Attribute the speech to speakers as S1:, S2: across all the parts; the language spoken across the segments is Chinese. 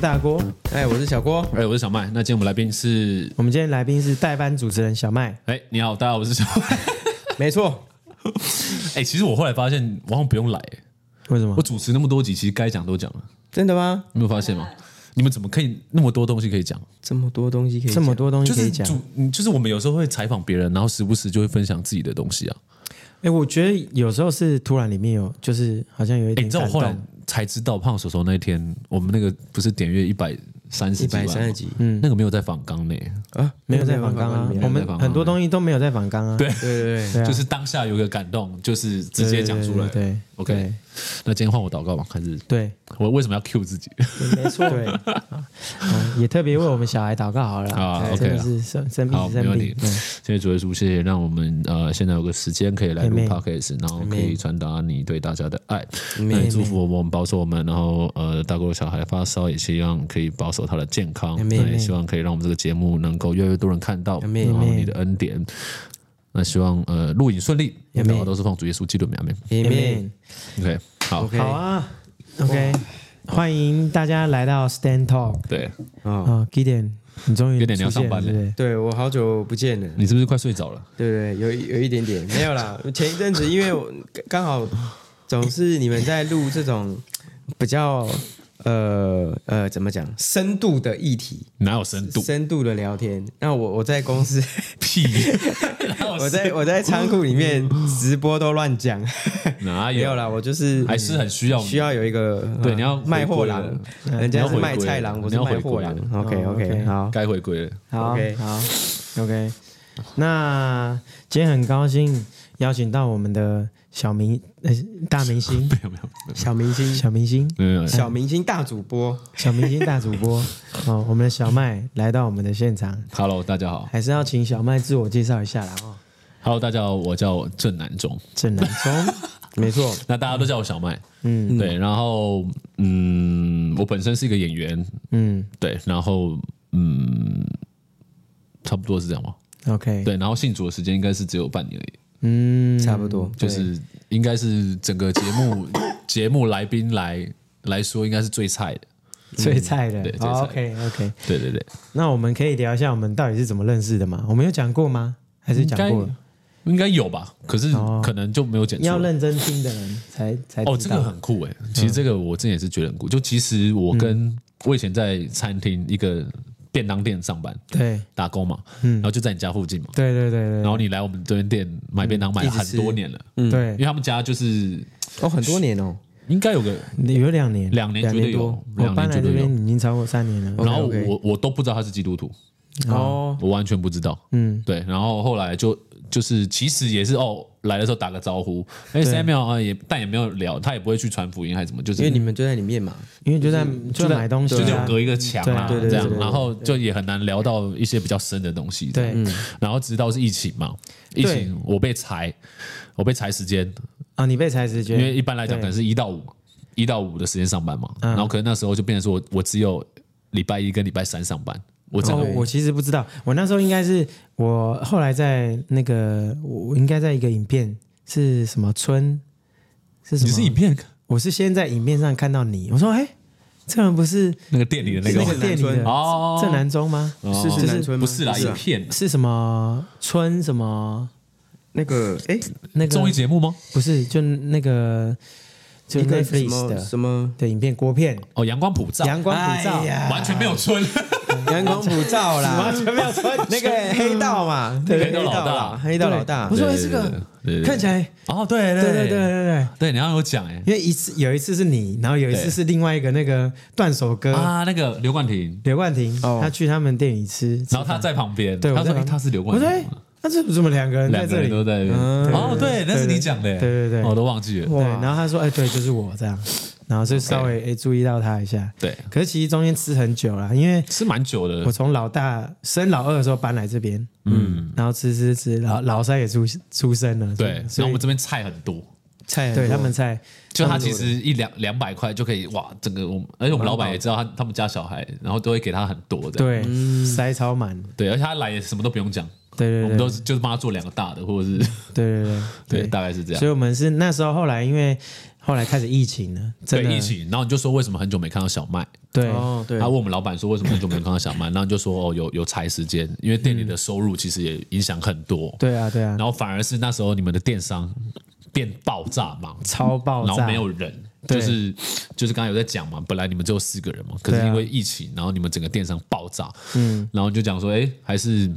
S1: 大郭，
S2: 哎，我是小郭。
S3: 哎，我是小麦。那今天我们来宾是，
S1: 我们今天来宾是代班主持人小麦。
S3: 哎，你好，大家好，我是小麦。
S2: 没错，
S3: 哎，其实我后来发现，我好像不用来。哎
S1: 为什么
S3: 我？主持那么多集，其实该讲都讲了，
S2: 真的吗？
S3: 你没有发现吗？你们怎么可以那么多东西可以讲？
S2: 这么多东西可以
S1: 这么
S2: 讲
S1: 多东西
S3: 就
S1: 可以
S3: 是
S1: 讲？
S3: 主，嗯就是我们有时候会采访别人，然后时不时就会分享自己的东西啊。
S1: 哎，我觉得有时候是突然里面有，就是好像有一
S3: 哎，
S1: 点
S3: 你知道我
S1: 感
S3: 后来
S1: 动。
S3: 才知道，胖手手那一天，我们那个不是点阅一百三十
S2: 一
S3: 几万
S2: 百
S3: 吗
S2: 三十，集
S3: 嗯，那个没有在访纲内，
S2: 啊，
S1: 没有在反刚啊，我
S3: 没有在
S1: 们
S3: 反纲
S1: 很多东西都没有在反刚啊。对，
S2: 对对对，
S1: 对啊
S3: 就是当下有个感动，就是直接讲出
S1: 对
S3: 来。
S1: 对对
S3: ，OK
S1: 对。
S3: 那今天换我祷告吧，还是
S1: 对，
S3: 我为什么要 cue 自己？
S1: 没错，对，啊嗯也特别为我们小孩祷告好了
S3: 啊
S1: 哎
S3: OK
S1: 真的
S3: 啦
S1: 是生生病
S3: 好，
S1: 是
S3: 没
S1: 生
S3: 问
S1: 病
S3: 题。。
S2: 嗯
S1: 对
S3: 谢谢主耶稣，谢谢让我们呃现在有个时间可以来录
S1: Amen
S3: podcast，然后可以
S2: Amen
S3: 传达你对大家的爱。那也祝福我们，保守我们，然后呃大哥小孩发烧，也希望可以保守他的健康。
S2: Amen
S3: 那也希望可以让我们这个节目能够越来越多人看到，
S2: Amen
S3: 然后你的恩典。那希望呃录影顺利，然后都是奉主耶稣基督的名。
S2: Amen。
S3: OK，好，
S2: OK，
S1: 好啊，OK，欢迎大家来到 Stand Talk
S3: 对，
S2: 哦，
S1: 啊 g i d e n 你终于
S3: Gideon，你要
S1: 出现
S3: 上班
S1: 了
S3: 了
S1: 对不对？
S2: 对我好久不见了，
S3: 你是不是快睡着了？
S2: 对对，对有一有一点点，没有啦。前一阵子因为我刚好总是你们在录这种 比较呃呃怎么讲深度的议题，
S3: 哪有深度？
S2: 深度的聊天。那我我在公司，
S3: 屁！
S2: 我在我在仓库里面直播都乱讲，
S3: 哪
S2: 没有
S3: 有？
S2: 啦，我就是
S3: 还是很需要
S2: 需要有一个
S3: 对
S2: 呃
S3: 你要
S2: 卖
S3: 回
S2: 货
S3: 归
S2: 郎
S3: 了，
S2: 人
S3: 你
S2: 家
S3: 要
S2: 是
S3: 回
S2: 卖
S3: 归
S2: 菜
S3: 了
S2: 郎，
S3: 你
S2: 我是
S3: 要
S2: 卖
S3: 回
S2: 货
S3: 归
S2: 郎。
S3: 了嗯
S2: OK
S1: 哦
S2: OK，
S1: OK
S2: 好，
S3: 该回归了。
S1: 好
S2: OK
S1: 好，OK。那今天很高兴邀请到我们的小明呃大明 星
S3: 没有没有
S2: 小明星，
S1: 小明星
S3: 没有没有，
S2: 小明星大主播，
S3: 嗯
S1: 小明星大主播 哦，我们的小麦来到我们的现场，
S3: Hello，大家好。
S1: 还是要请小麦自我介绍一下啦哦。
S3: Hello，大家好，我叫郑南中，
S1: 郑南 聪，
S2: 没错，
S3: 那大家都叫我小麦。
S1: 嗯
S3: 对，然后嗯，我本身是一个演员，
S1: 嗯
S3: 对，然后嗯，差不多是这样吧。
S1: ，OK，
S3: 对，然后信主的时间应该是只有半年而已，
S1: 嗯，
S2: 差不多。
S3: 就是应该是整个节目 节目来宾来来说，应该是最菜的。
S1: 最菜的
S3: 嗯对最菜的
S1: o k OK。
S3: 对对对，
S1: 那我们可以聊一下我们到底是怎么认识的吗？我们有讲过吗？还是讲过了？
S3: 应
S1: 哦
S3: 应该有吧？可是可能就没有剪出来。
S1: 要认真听的人才才
S3: 哦，
S1: 知
S3: 这
S1: 道嗯
S3: 个很酷哎、其实这个我之前也是觉得很酷。就其实我跟、我以前在餐厅一个便当店上班，
S1: 对嗯
S3: 打工嘛，然后就在你家附近嘛。
S1: 对对对对，
S3: 然后嗯你来我们这边店买便当，买了很多年了，因
S1: 嗯对
S3: 为，他们家就是
S2: 哦，很多年哦，
S3: 应该有个
S1: 有两年，
S3: 两年绝对有，
S1: 我
S3: 两
S1: 搬
S3: 年
S1: 来
S3: 绝
S1: 这
S3: 对
S1: 边
S3: 有。哦
S1: 已经超过三年了。
S3: 然后
S2: OK，OK
S3: 我我都不知道他是基督徒，
S2: 哦，
S3: 我完全不知道。
S1: 嗯，
S3: 对，然后后来就就是其实也是哦，来的时候打个招呼，哎，Samuel 啊也但也没有聊，他也不会去传福音还是什么，就是
S2: 因为你们就在里面嘛，
S1: 因为就在就
S3: 在
S1: 买东西
S3: 就是有
S1: 啊，
S3: 隔一个墙啊，
S1: 对
S2: 对对
S3: 这样
S2: 对对，对
S3: 然后就也很难聊到一些比较深的东西。
S1: 对
S3: 这样，然后直到是疫情嘛，疫情我被裁，我被裁时间，
S1: 啊，你被裁时
S3: 因为
S1: 间，
S3: 一般来讲
S1: 对嗯
S3: 可能是一到五，一到五的时间上班嘛，然后可能那时候就变成说我我只有礼拜一跟礼拜三上班，我整
S1: 哦
S3: 个，
S1: 我其实不知道，我那时候应该是我后来在那个我我应该在一个影片是什么村是什
S3: 你
S1: 么？
S3: 是影片
S1: 我是先在影片上看到你，我说哎，这人不是
S3: 那个店里的那
S1: 是
S3: 个
S1: 那
S3: 吗
S1: 个店里
S2: 郑南
S1: 的
S2: 村
S3: 哦
S1: 郑南中吗？
S3: 哦
S2: 是是
S1: 就是啊
S2: 南村吗
S3: 不是啦，影片
S1: 是什么村什么
S2: 那个哎，
S1: 那个
S3: 综艺节目吗？
S1: 不是，就那个就
S2: 一个什
S1: Netflix
S2: 么
S1: 的
S2: 什么
S1: 的影片国片
S3: 哦，阳光普照，
S1: 《阳光普照
S2: 哎》呀
S3: 完全没 有春，
S2: 阳光普照啦，完全没有那个黑道嘛，那个
S3: 黑道老大
S2: 黑道老大
S1: 我，说哎
S3: 对
S1: 这个
S3: 对对对
S1: 看起来，
S3: 哦，对
S1: 对
S3: 对
S1: 对对对对，
S3: 对，你要有讲哎
S1: 因为一次有一次是你，然后有一次
S3: 对
S1: 是另外一个那个断手哥
S3: 啊，那个刘冠廷，
S1: 刘冠廷，
S2: 哦
S1: 他去他们店里吃，
S3: 然后他在旁边，
S1: 对我
S3: 他
S1: 在
S3: 说
S1: 旁
S3: 哎他是刘
S1: 我
S3: 冠
S1: 说
S3: 廷
S1: 哎
S3: 吗，
S1: 那这怎么两个人在
S3: 两个
S1: 这
S3: 人
S1: 里？嗯
S3: 都在那边。哦，对，那是你讲的，
S1: 对对对
S3: 哦我都忘记了。
S1: 对，
S2: 哇
S1: 然后他说哎对，就是我这样，然后就稍微哎注意到他一下，
S3: 对，
S1: 可是其实中间吃很久了，因为
S3: 吃蛮久
S1: 我
S3: 的，
S1: 从老大升老二的时候搬来这边，嗯，然后吃吃吃，老老三也出出生了，
S3: 对。然
S1: 所
S3: 后
S1: 以
S3: 我们这边菜很多，
S2: 菜很
S1: 对
S2: 多
S1: 他们菜
S3: 就他其实一两两百块就可以哇，整个我们，而且我们老板也知道他他们家小孩，然后都会给他很多的。
S1: 对塞超满，
S3: 对，而且他来也什么都不用讲，
S1: 对
S3: 嗯
S1: 对
S3: 我
S1: 对
S3: 们都是就是帮他做两个大的，或者是
S1: 对对对
S3: 对，大概是这样
S1: 所。以我们是那时候后来因为后来开始疫情了，真
S3: 对
S1: 的
S3: 疫情，然后你就说为什么很久没看到小麦？
S1: 对
S2: 哦，对
S3: 啊他问我们老板说为什么很久没看到小麦，然后你就说哦有有裁时间，因为店里
S1: 嗯
S3: 的收入其实也影响很多。
S1: 对啊对啊
S3: 然，后反而是那时候你们的电商变爆炸忙，
S1: 超爆
S3: 然后
S1: 炸，
S3: 没有人，
S1: 对
S3: 就是就是刚才有在讲嘛，本来你们只有四个人嘛，可是
S1: 对啊
S3: 因为疫情，然后你们整个电商爆炸，嗯，然后就讲说，哎，还是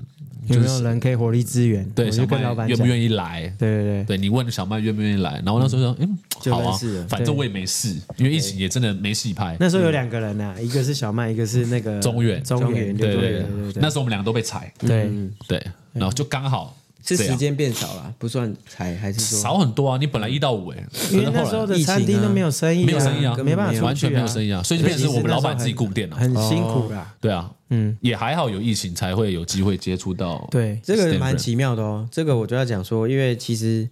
S1: 有
S3: 就
S1: 没有
S3: 是
S1: 人可以火力支援？
S3: 对
S1: 我
S3: 小
S1: 就
S3: 麦
S1: 跟老板
S3: 愿
S1: 讲，
S3: 不
S1: 对
S3: 愿意来？
S1: 对对，
S3: 对你问小麦愿不愿意来，然后那时候说，嗯，
S2: 就
S3: 好
S2: 认
S3: 啊
S2: 识了，
S3: 反正我也没事，因为疫情也真的没戏拍。
S1: 那时候有两个人啊呐，一个是小麦，一个是那个
S3: 嗯中原
S1: 中原
S3: 对
S1: 对
S3: 对
S1: 对嗯
S3: 那时候我们两个都被裁，
S1: 对
S3: 对，然后就刚好
S2: 是
S3: 这样
S2: 时间变少了，不算才还是说
S3: 少很多啊，你本来一到五哎，可
S1: 因为
S3: 能
S1: 那
S3: 后
S1: 时
S3: 来
S1: 候的
S2: 疫情啊
S1: 餐厅都没有生意，
S3: 没有生意啊，
S1: 没办法出去啊，
S3: 完全没有生意啊，所以就变成是我们老板自己顾店了、啊
S1: 很辛苦啦。
S3: 对啊，嗯，也还好有疫情才会有机会接触到，
S1: 对，
S2: 这个
S3: Stanford
S2: 蛮奇妙的哦。这个我就要讲说，因为其实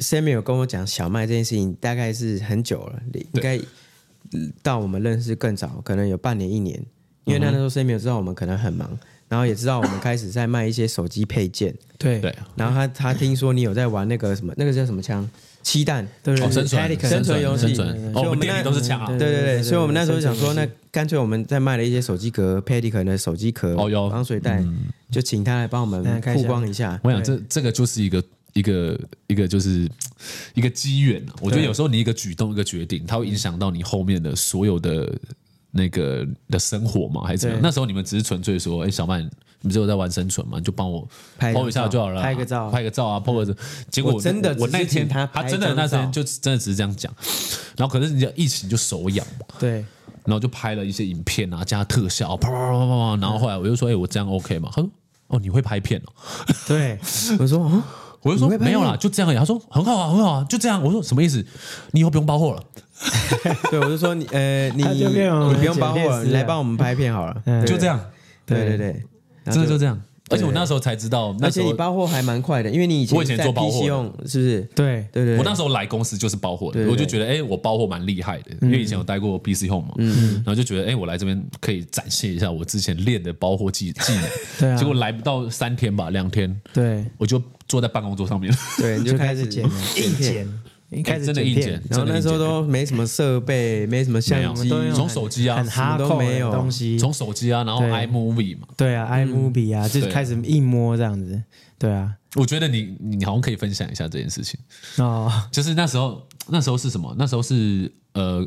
S2: Sammy 有跟我讲小麦这件事情，大概是很久了，应该嗯到我们认识更早，可能有半年一年。因为他那时候 Sammy 有知道我们可能很忙，然后也知道我们开始在卖一些手机配件，
S1: 对
S3: 对，啊
S2: 然后他他听说你有在玩那个什么，那个叫什么枪？七弹，
S1: 对
S3: 哦，生存
S1: Pelican
S3: 生
S2: 生存游
S3: 存生
S2: 戏
S3: 存，哦，
S2: 所以
S3: 我
S2: 我
S3: 们
S2: 们
S3: 店里
S2: 那
S3: 都是
S1: 嗯
S3: 枪啊，
S2: 对对对，
S1: 对
S2: 所以我们那时候就想说，
S1: 对
S2: 那干脆我们在卖了一些手机壳、Pelican 的手机壳、
S3: 哦有
S2: 防水袋，就请他来帮我们
S1: 嗯开
S2: 曝
S1: 箱
S2: 光一下。
S3: 我想这这个就是一个。一个一个就是一个机缘啊，我觉得有时候你一个举动一个决定，它会影响到你后面的所有的那个的生活嘛，还是怎么样？
S1: 对
S3: 那时候你们只是纯粹说，哎，小曼，你只有在玩生存嘛，你就帮我
S2: 拍个
S3: PO 一下
S2: 照嗯
S3: 就好了啊，
S1: 拍个照
S3: 拍个照啊，PO 个照。结果
S2: 我真的
S3: 我
S2: 只是
S3: 那天
S2: 请他
S3: 他
S2: 拍
S3: 真的
S2: 张
S3: 那天
S2: 照
S3: 就真的只是这样讲，然后可是人家疫情就手痒嘛，
S1: 对
S3: 然后就拍了一些影片啊，加特效，啪啪啪啪啪。然后后来我就说：“哎、我这样 OK 吗？”他说：“哦，你会拍片哦。
S1: 对，
S2: 我说哦，”
S3: 我就说
S2: 你会：“拍
S3: 没
S2: 片
S3: 有啦，就这样而已。”他说：“很好啊，很好啊，就这样。”我说：“什么意思？你以后不用包货了。
S2: 对，我就说你呃，你
S1: 他就变成我
S2: 你
S1: 们
S2: 不用
S1: 剪
S2: 帮
S1: 片
S2: 我了，
S1: 师
S2: 你来
S1: 了
S2: 帮我们拍片好了。
S1: 嗯
S3: 就这样，
S2: 对对对，然
S3: 真
S2: 后
S3: 的就
S2: 就。
S3: 这样。而且我那时候才知道，那
S2: 而
S3: 时
S2: 且
S3: 候
S2: 你包货还蛮快的，因为你以
S3: 我以前
S2: 前在
S3: 做包货
S2: PC
S3: 的
S2: 用是不是？
S1: 对
S2: 对对，
S3: 我那时候来公司就是包货的，
S2: 对对
S3: 我就觉得哎、我包货蛮厉害的，因为以前有待过 BC Home 嘛，然后就觉得哎、我来这边可以展现一下我之前练的包货技技能。
S1: 对啊
S3: 结果来不到三天吧，两天
S1: 对，
S3: 我就坐在办公桌上面，
S2: 对，你
S1: 就
S2: 就
S1: 开
S2: 开
S1: 始
S2: 始
S1: 剪
S2: 剪
S1: 硬
S2: 片，
S1: 剪，一开始
S3: 哎真的
S1: 剪
S3: 硬
S1: 片哎
S3: 剪，
S2: 然
S3: 真
S2: 后
S3: 的
S2: 那
S3: 硬
S2: 时候
S3: 剪
S2: 都没什么设备，没什么相
S3: 没
S2: 机，
S1: 有
S3: 从手机啊
S1: 很
S3: 什么
S1: 哈
S2: 都
S1: 扣
S2: 没
S1: 的
S2: 有
S1: 东西，
S3: 从手机啊，然后
S1: 嗯对
S3: iMovie 嘛，
S1: 对啊，iMovie 啊，就
S3: 对
S1: 开始一摸这样子，对啊，
S3: 我觉得你你好像可以分享一下这件事情，
S1: 哦，
S3: 就是那时候那时候是什么？那时候是呃，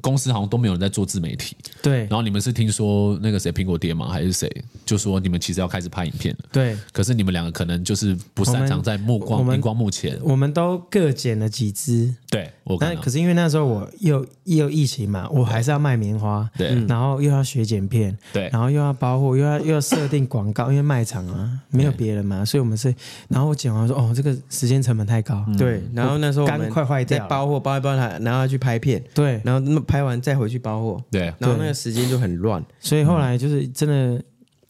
S3: 公司好像都没有人在做自媒体，
S1: 对
S3: 然后你们是听说那个谁苹果爹吗？还是谁就说你们其实要开始拍影片了？
S1: 对，
S3: 可是你们两个可能就是不擅
S1: 我
S3: 长
S1: 们
S3: 在目光
S1: 我们
S3: 荧光幕前，
S1: 我们都各剪了几支，
S3: 对我看
S1: 但
S3: 到
S1: 可是因为那时候我又又疫情嘛，我还是要卖棉花，
S3: 对
S1: 嗯然后又要学剪片，
S3: 对
S1: 然后又要包货，又要又要设定广告，因为卖场啊没有别人嘛，所以我们是，然后我剪完说哦，这个时间成本太高，
S2: 对，
S3: 嗯
S2: 然后那时候我
S1: 肝
S2: 们
S1: 快坏掉
S2: 在
S1: 了
S2: 包嗯货，包一包它，然后去拍片，
S1: 对，
S2: 然后那么拍完再回去包货，
S3: 对
S2: 然后那个时间就很乱，
S1: 所以后来就是真的，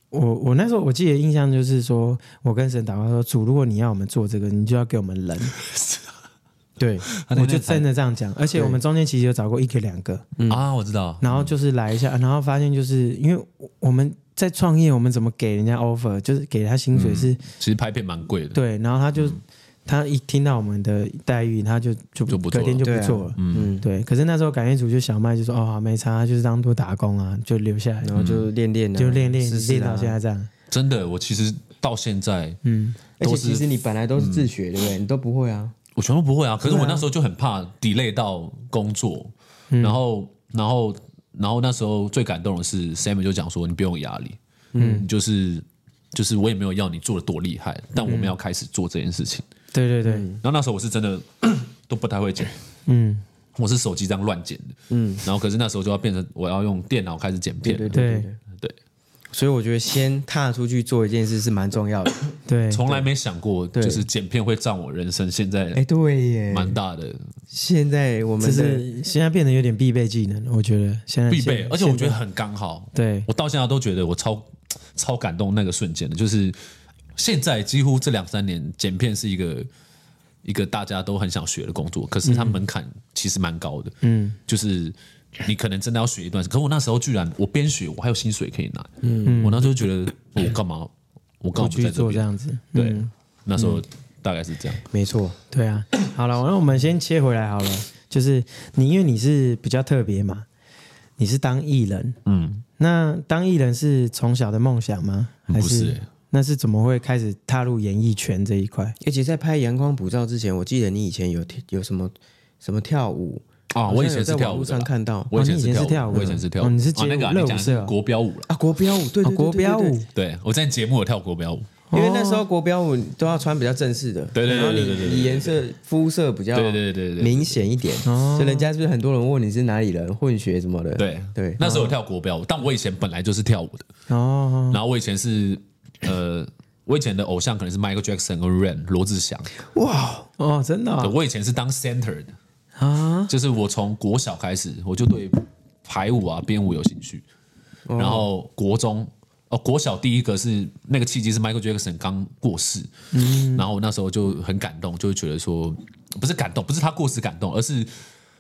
S1: 我我那时候我记得印象就是说，我跟神祷告说，主，如果你要我们做这个，你就要给我们 人。对，
S2: 啊
S3: 那天
S1: 我就真的这样讲，而且我们中间其实有找过一个两个，
S2: 嗯
S3: 啊，我知道，
S1: 然后就是来一下，然后发现就是因为我我们在创业，我们怎么给人家 offer，就是给他薪
S2: 嗯
S1: 水是、
S3: 其实拍片蛮贵的，
S1: 对，然后他就、他一听到我们的待遇，他就就
S3: 嗯就不做
S1: 隔天就不
S2: 了对啊
S1: 做了。
S2: 嗯，
S1: 对，可是那时候感谢主就小麦就说哦，好没差，他就是当做打工啊，就留下来，
S2: 然后就
S3: 嗯
S2: 练练啊，
S1: 就练练
S2: 试试
S1: 练
S2: 啊
S1: 到现在这样。
S3: 真的，我其实到现在
S1: 嗯，
S2: 而
S3: 都
S2: 且
S3: 是嗯
S2: 其实你本来都是自学，对不对？你都不会啊，
S3: 我全部不会啊。可是我那时候就很怕 delay 到工作，
S1: 嗯
S3: 然后，然后，然后那时候最感动的是 Sam 就讲说，你不用有压力，嗯，就是就是我也没有要你做的多厉害，但我
S1: 嗯
S3: 们要开始做这件事情。
S1: 对对对，
S3: 然后那时候我是真的 都不太会剪，
S1: 嗯，
S3: 我是手机这样乱剪的，嗯，然后可是那时候就要变成我要用电脑开始剪片，
S2: 对
S1: 对
S2: 对。
S3: 对
S2: 所以我觉得先踏出去做一件事是蛮重要的。
S1: 对，
S3: 从来没想过就是剪片会占我人生现
S2: 哎，
S3: 在
S2: 对耶，
S3: 蛮大的
S2: 现在我
S1: 这
S2: 们的
S1: 是现在变得有点必备技能，我觉得现在
S3: 必
S1: 现
S3: 备，而且我觉得很刚好，
S1: 对
S3: 我到现在都觉得我超超感动那个瞬间的，就是现在几乎这两三年剪片是一个一个大家都很想学的工作，可是它门槛其实蛮高的，嗯，就是你可能真的要学一段时，可我那时候居然我边学我还有薪水可以拿，嗯，我那时候觉得我干嘛我干
S1: 我
S3: 嘛不
S1: 去
S3: 在这
S1: 做这
S3: 边？
S1: 样子，嗯
S3: 对，那时候大概是这样，
S2: 没错，
S1: 对啊。好了，那我们先切回来好了，就是你因为你是比较特别嘛，你是当艺人，
S3: 嗯，
S1: 那当艺人是从小的梦想吗？还
S3: 不是
S1: 是
S3: 欸
S1: 那是怎么会开始踏入演艺圈这一块？
S2: 而且在拍《阳光普照》之前，我记得你以前有跳有什么什么跳舞
S3: 啊，
S2: 好
S3: 我以
S2: 像
S3: 前
S2: 有在
S3: 是跳
S2: 网
S3: 舞
S2: 络
S3: 的
S2: 上
S3: 啦，
S2: 看到
S3: 我以前
S1: 哦你以前是
S3: 跳
S1: 跳
S3: 舞
S1: 舞的
S3: 的，我以前是跳舞
S1: 哦
S3: 的，
S1: 你是
S3: 哦那
S1: 街舞
S3: 个啊你
S1: 热舞
S3: 讲的
S1: 社
S3: 是
S1: 啊
S3: 国标舞了。
S2: 啊，国标舞，哦
S1: 哦，
S2: 对对对对
S1: 国标
S2: 对对
S1: 舞，
S3: 对，我在节目有跳国标舞，
S2: 因为那时候国标舞都要穿比较正式的，
S3: 对对对
S2: 然后
S3: 对对对对
S2: 你你颜色肤色比较
S3: 对对对对对
S2: 明显一点，所以人家是不是很多人问你是哪里人，混血什么的？
S3: 对
S2: 对，
S3: 那时候有跳国标舞，但我以前本来就是跳舞的，
S1: 哦，
S3: 然后我以前是呃，我以前的偶像可能是 Michael Jackson 跟 Rain 罗志祥，
S2: 哇，
S1: 哦，真的
S3: 对
S1: 哦
S3: 我以前是当 center 的，
S1: 啊，
S3: 就是我从国小开始我就对排舞啊编舞有兴趣，然后国中。哦，国小第一个是那个契机是 Michael Jackson 刚过世，然后那时候就很感动，就会觉得说，不是感动，不是他过世感动，而是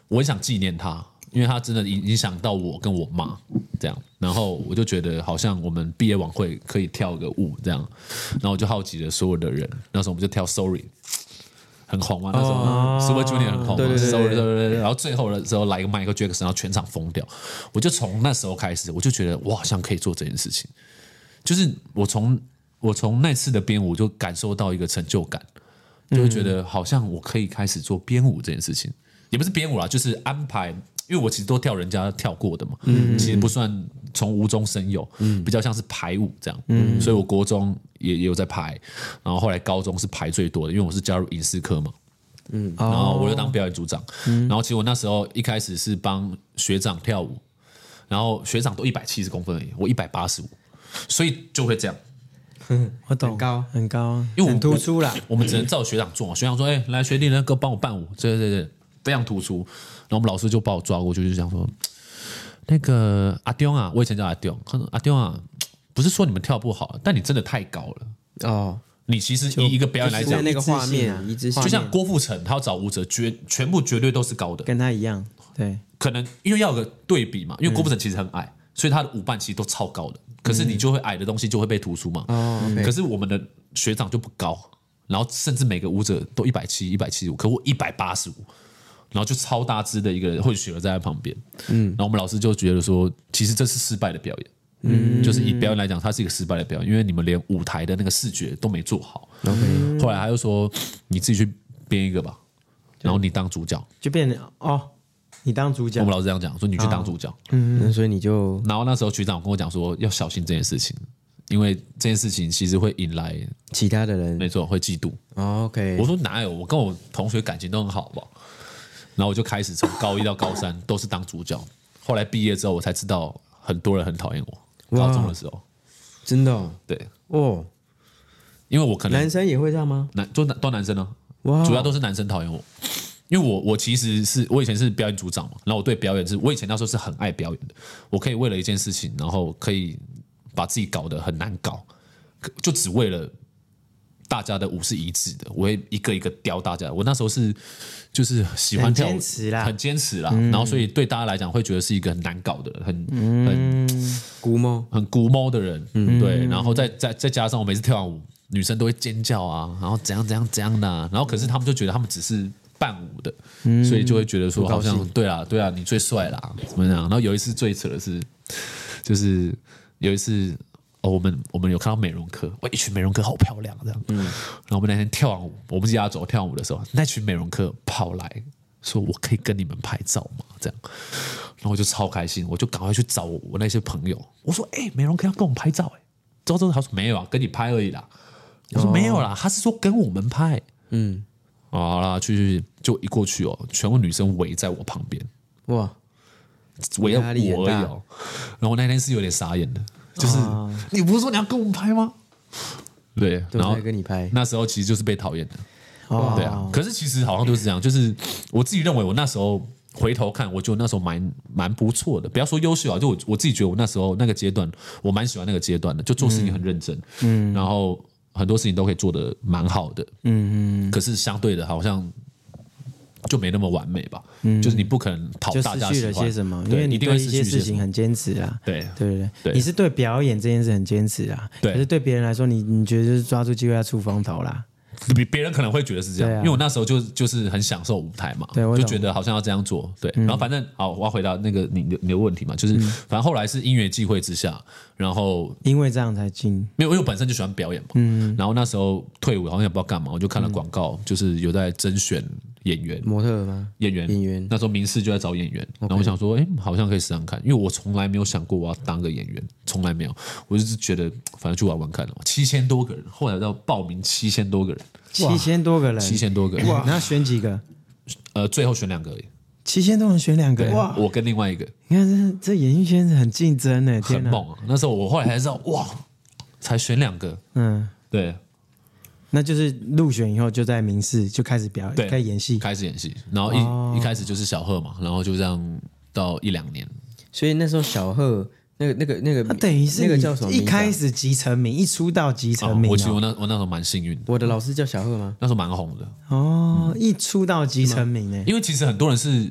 S3: 我很想纪念他，因为他真的影影响到我跟我妈这样。然后我就觉得好像我们毕业晚会可以跳个舞这样，然后我就好奇了所有的人，那时候我们就跳 Sorry。很红啊嘛，那时候、Super Junior 很红嘛
S2: 哦
S3: 啊
S2: 对对对对
S3: Sorry，对对对然后最后的时候来一个 Michael Jackson，然后全场疯掉。我就从那时候开始，我就觉得我好像可以做这件事情。就是我从我从那次的编舞就感受到一个成就感，就会觉得好像我可以开始做编舞这件事情，也不是编舞啦，就是安排，因为我其实都跳人家跳过的嘛，其实不算从无中生有，比较像是排舞这样，所以我国中也也有在排，然后后来高中是排最多的，因为我是加入影视科嘛，然后我就当表演组长。然后其实我那时候一开始是帮学长跳舞，然后学长都一百七十公分而已，我一百八十五，所以就会这样，
S1: 我懂，
S2: 很高
S1: 很高，啊
S3: 因为我
S1: 很
S3: 们
S1: 突出啦，。
S3: 我们只能照学长做嘛。学长说：“哎、来学弟，那个帮我伴舞。”对对对，非常突出。然后我们老师就把我抓过去，就想说：“那个阿丢啊，我以前叫阿丢，他说阿丢啊，不是说你们跳不好，但你真的太高了。
S2: 哦，
S3: 你其实以一个表演来
S2: 就是
S3: 讲，
S2: 那个画面啊
S1: 一
S2: 一致性，
S3: 就像郭富城，他要找舞者，绝全部绝对都是高的。”
S1: 跟他一样，对，
S3: 可能因为要有个对比嘛，因为郭富城其实很矮，所以他的舞伴其实都超高的，可是你就会矮的东西就会被突出嘛。
S2: 哦，OK，
S3: 可是我们的学长就不高，然后甚至每个舞者都一百七、一百七十五，可我一百八十五，然后就超大只的一个混血儿在他旁边。嗯，然后我们老师就觉得说，其实这是失败的表演。嗯，就是以表演来讲，它是一个失败的表演，因为你们连舞台的那个视觉都没做好。后来他就说，你自己去编一个吧，然后你当主角。
S1: 就变成哦，你当主
S3: 我
S1: 角
S3: 们，老师这样讲，说你去当主角。
S2: 那所以你就
S3: 然后那时候局长跟我讲说要小心这件事情，因为这件事情其实会引来
S2: 其他的人
S3: 没错会嫉妒。
S2: 哦，OK，
S3: 我说哪有，我跟我同学感情都很好，好不好？然后我就开始从高一到高三都是当主角，后来毕业之后我才知道很多人很讨厌我。
S2: 哇
S3: 高中的时候，
S2: 真的哦
S3: 对，
S2: 哦，
S3: 因为我可能
S2: 男生也会这样吗？
S3: 男就男都男生哦呢、
S2: 哇，
S3: 嗯主要都是男生讨厌我，因为我我其实是我以前是表演组长嘛，然后我对表演是我以前那时候是很爱表演的，我可以为了一件事情，然后可以把自己搞得很难搞，可就只为了大家的舞是一致的，我会一个一个雕大家。我那时候是就是喜欢
S1: 很
S3: 跳舞
S1: 坚持啦
S3: 很坚持啦，然后所以对大家来讲会觉得是一个很难搞的，很、
S1: 嗯
S3: 很
S2: 古猫
S3: 很古猫的人，对，然后再再再加上我每次跳完舞，女生都会尖叫啊，然后怎样怎样怎样的啊、然后可是他们就觉得他们只是伴舞的，所以就会觉得说好像对啊对啊，你最帅啦，怎么样？然后有一次最扯的是，就是有一次。哦，我们我们有看到美容科，哇，一群美容科好漂亮这样。嗯，然后我们那天跳完舞，我们是压轴跳完舞的时候，那群美容科跑来说：“我可以跟你们拍照吗？”这样，然后我就超开心，我就赶快去找我我那些朋友，我说：“哎、美容科要跟我们拍照、欸，哎，周周他说没有啊，跟你拍而已啦。”我说：“没有啦，他是说跟我们拍。”
S2: 嗯，
S3: 哦，好啦，去去去，就一过去哦，全部女生围在我旁边，
S2: 哇，
S3: 围着我
S2: 压
S3: 而
S2: 力
S3: 已
S2: 很大
S3: 哦。然后我那天是有点傻眼的，就是、
S2: 啊
S3: 你不是说你要跟我们拍吗？对，
S2: 都
S3: 然后
S2: 在跟你拍，
S3: 那时候其实就是被讨厌的。
S1: 哦，
S3: 对啊，可是其实好像都是这样，就是我自己认为我那时候回头看，我觉得我那时候蛮蛮不错的，不要说优秀啊，就我我自己觉得我那时候那个阶段，我蛮喜欢那个阶段的，就做事情很认真，嗯，然后很多事情都可以做得蛮好的，嗯嗯，可是相对的好像。就没那么完美吧，就是你不可能讨
S1: 嗯就
S3: 大
S1: 失
S3: 家
S1: 去
S3: 喜
S1: 了
S3: 欢，
S1: 些什么？因
S3: 对
S1: 为
S3: 你
S1: 你
S3: 一定会
S1: 对
S3: 失
S1: 一
S3: 去
S1: 些
S3: 一
S1: 事
S3: 什
S1: 情
S3: 么
S1: 很坚持啊，
S3: 对
S1: 对不对？
S3: 对
S1: 你是对表演这件事很坚持啊，
S3: 对
S1: 可是对别人来说，你你觉得就是抓住机会要出风头啦，
S3: 比别人可能会觉得是这样，
S1: 对啊
S3: 因为我那时候就就是很享受舞台嘛，
S1: 对我
S3: 就
S1: 懂嗯
S3: 觉得好像要这样做，对。然后反正好，我要回答那个你的你的问题嘛，就是反正后来是因缘际会之下，然后
S1: 因为这样才进。
S3: 没有，因为我本身就喜欢表演嘛。
S1: 嗯
S3: 然后那时候退伍好像也不知道干嘛，我就看了广告，就是有在甄选演员，
S2: 模特儿吗？
S3: 演员，
S2: 演员
S3: 那时候明视就在找演员，然后我想说，哎，好像可以试试看，因为我从来没有想过我要当个演员，从来没有，我就是觉得反正去玩玩看了。七千多个人，后来到报名七千多个人，
S1: 七千多个人，
S3: 七千多个人，
S1: 哇，那选几个？
S3: 呃，最后选两个而已，
S1: 七千多人选两个人，
S3: 我跟另外一个
S1: 你看这这演艺圈很竞争呢，
S3: 很
S1: 天哪！
S3: 猛啊。那时候我后来才知道，哇，才选两个，
S1: 嗯，
S3: 对
S1: 那就是入选以后就在明视就开始表
S3: 对，
S1: 演，开始演戏。
S3: 开始演戏，然后一、
S1: 哦
S3: 一开始就是小贺嘛，然后就这样到一两年，
S2: 所以那时候小贺那个那个那个
S1: 那等于是
S2: 那个
S1: 你
S2: 叫什么名字啊？
S1: 一开始即成名，一出道即成名
S3: 啊我
S1: 哦
S3: 其实我那我那时候蛮幸运的，
S2: 我的老师叫小贺吗？
S3: 那时候蛮红的，
S1: 哦，一出道即成名欸呢。
S3: 因为其实很多人是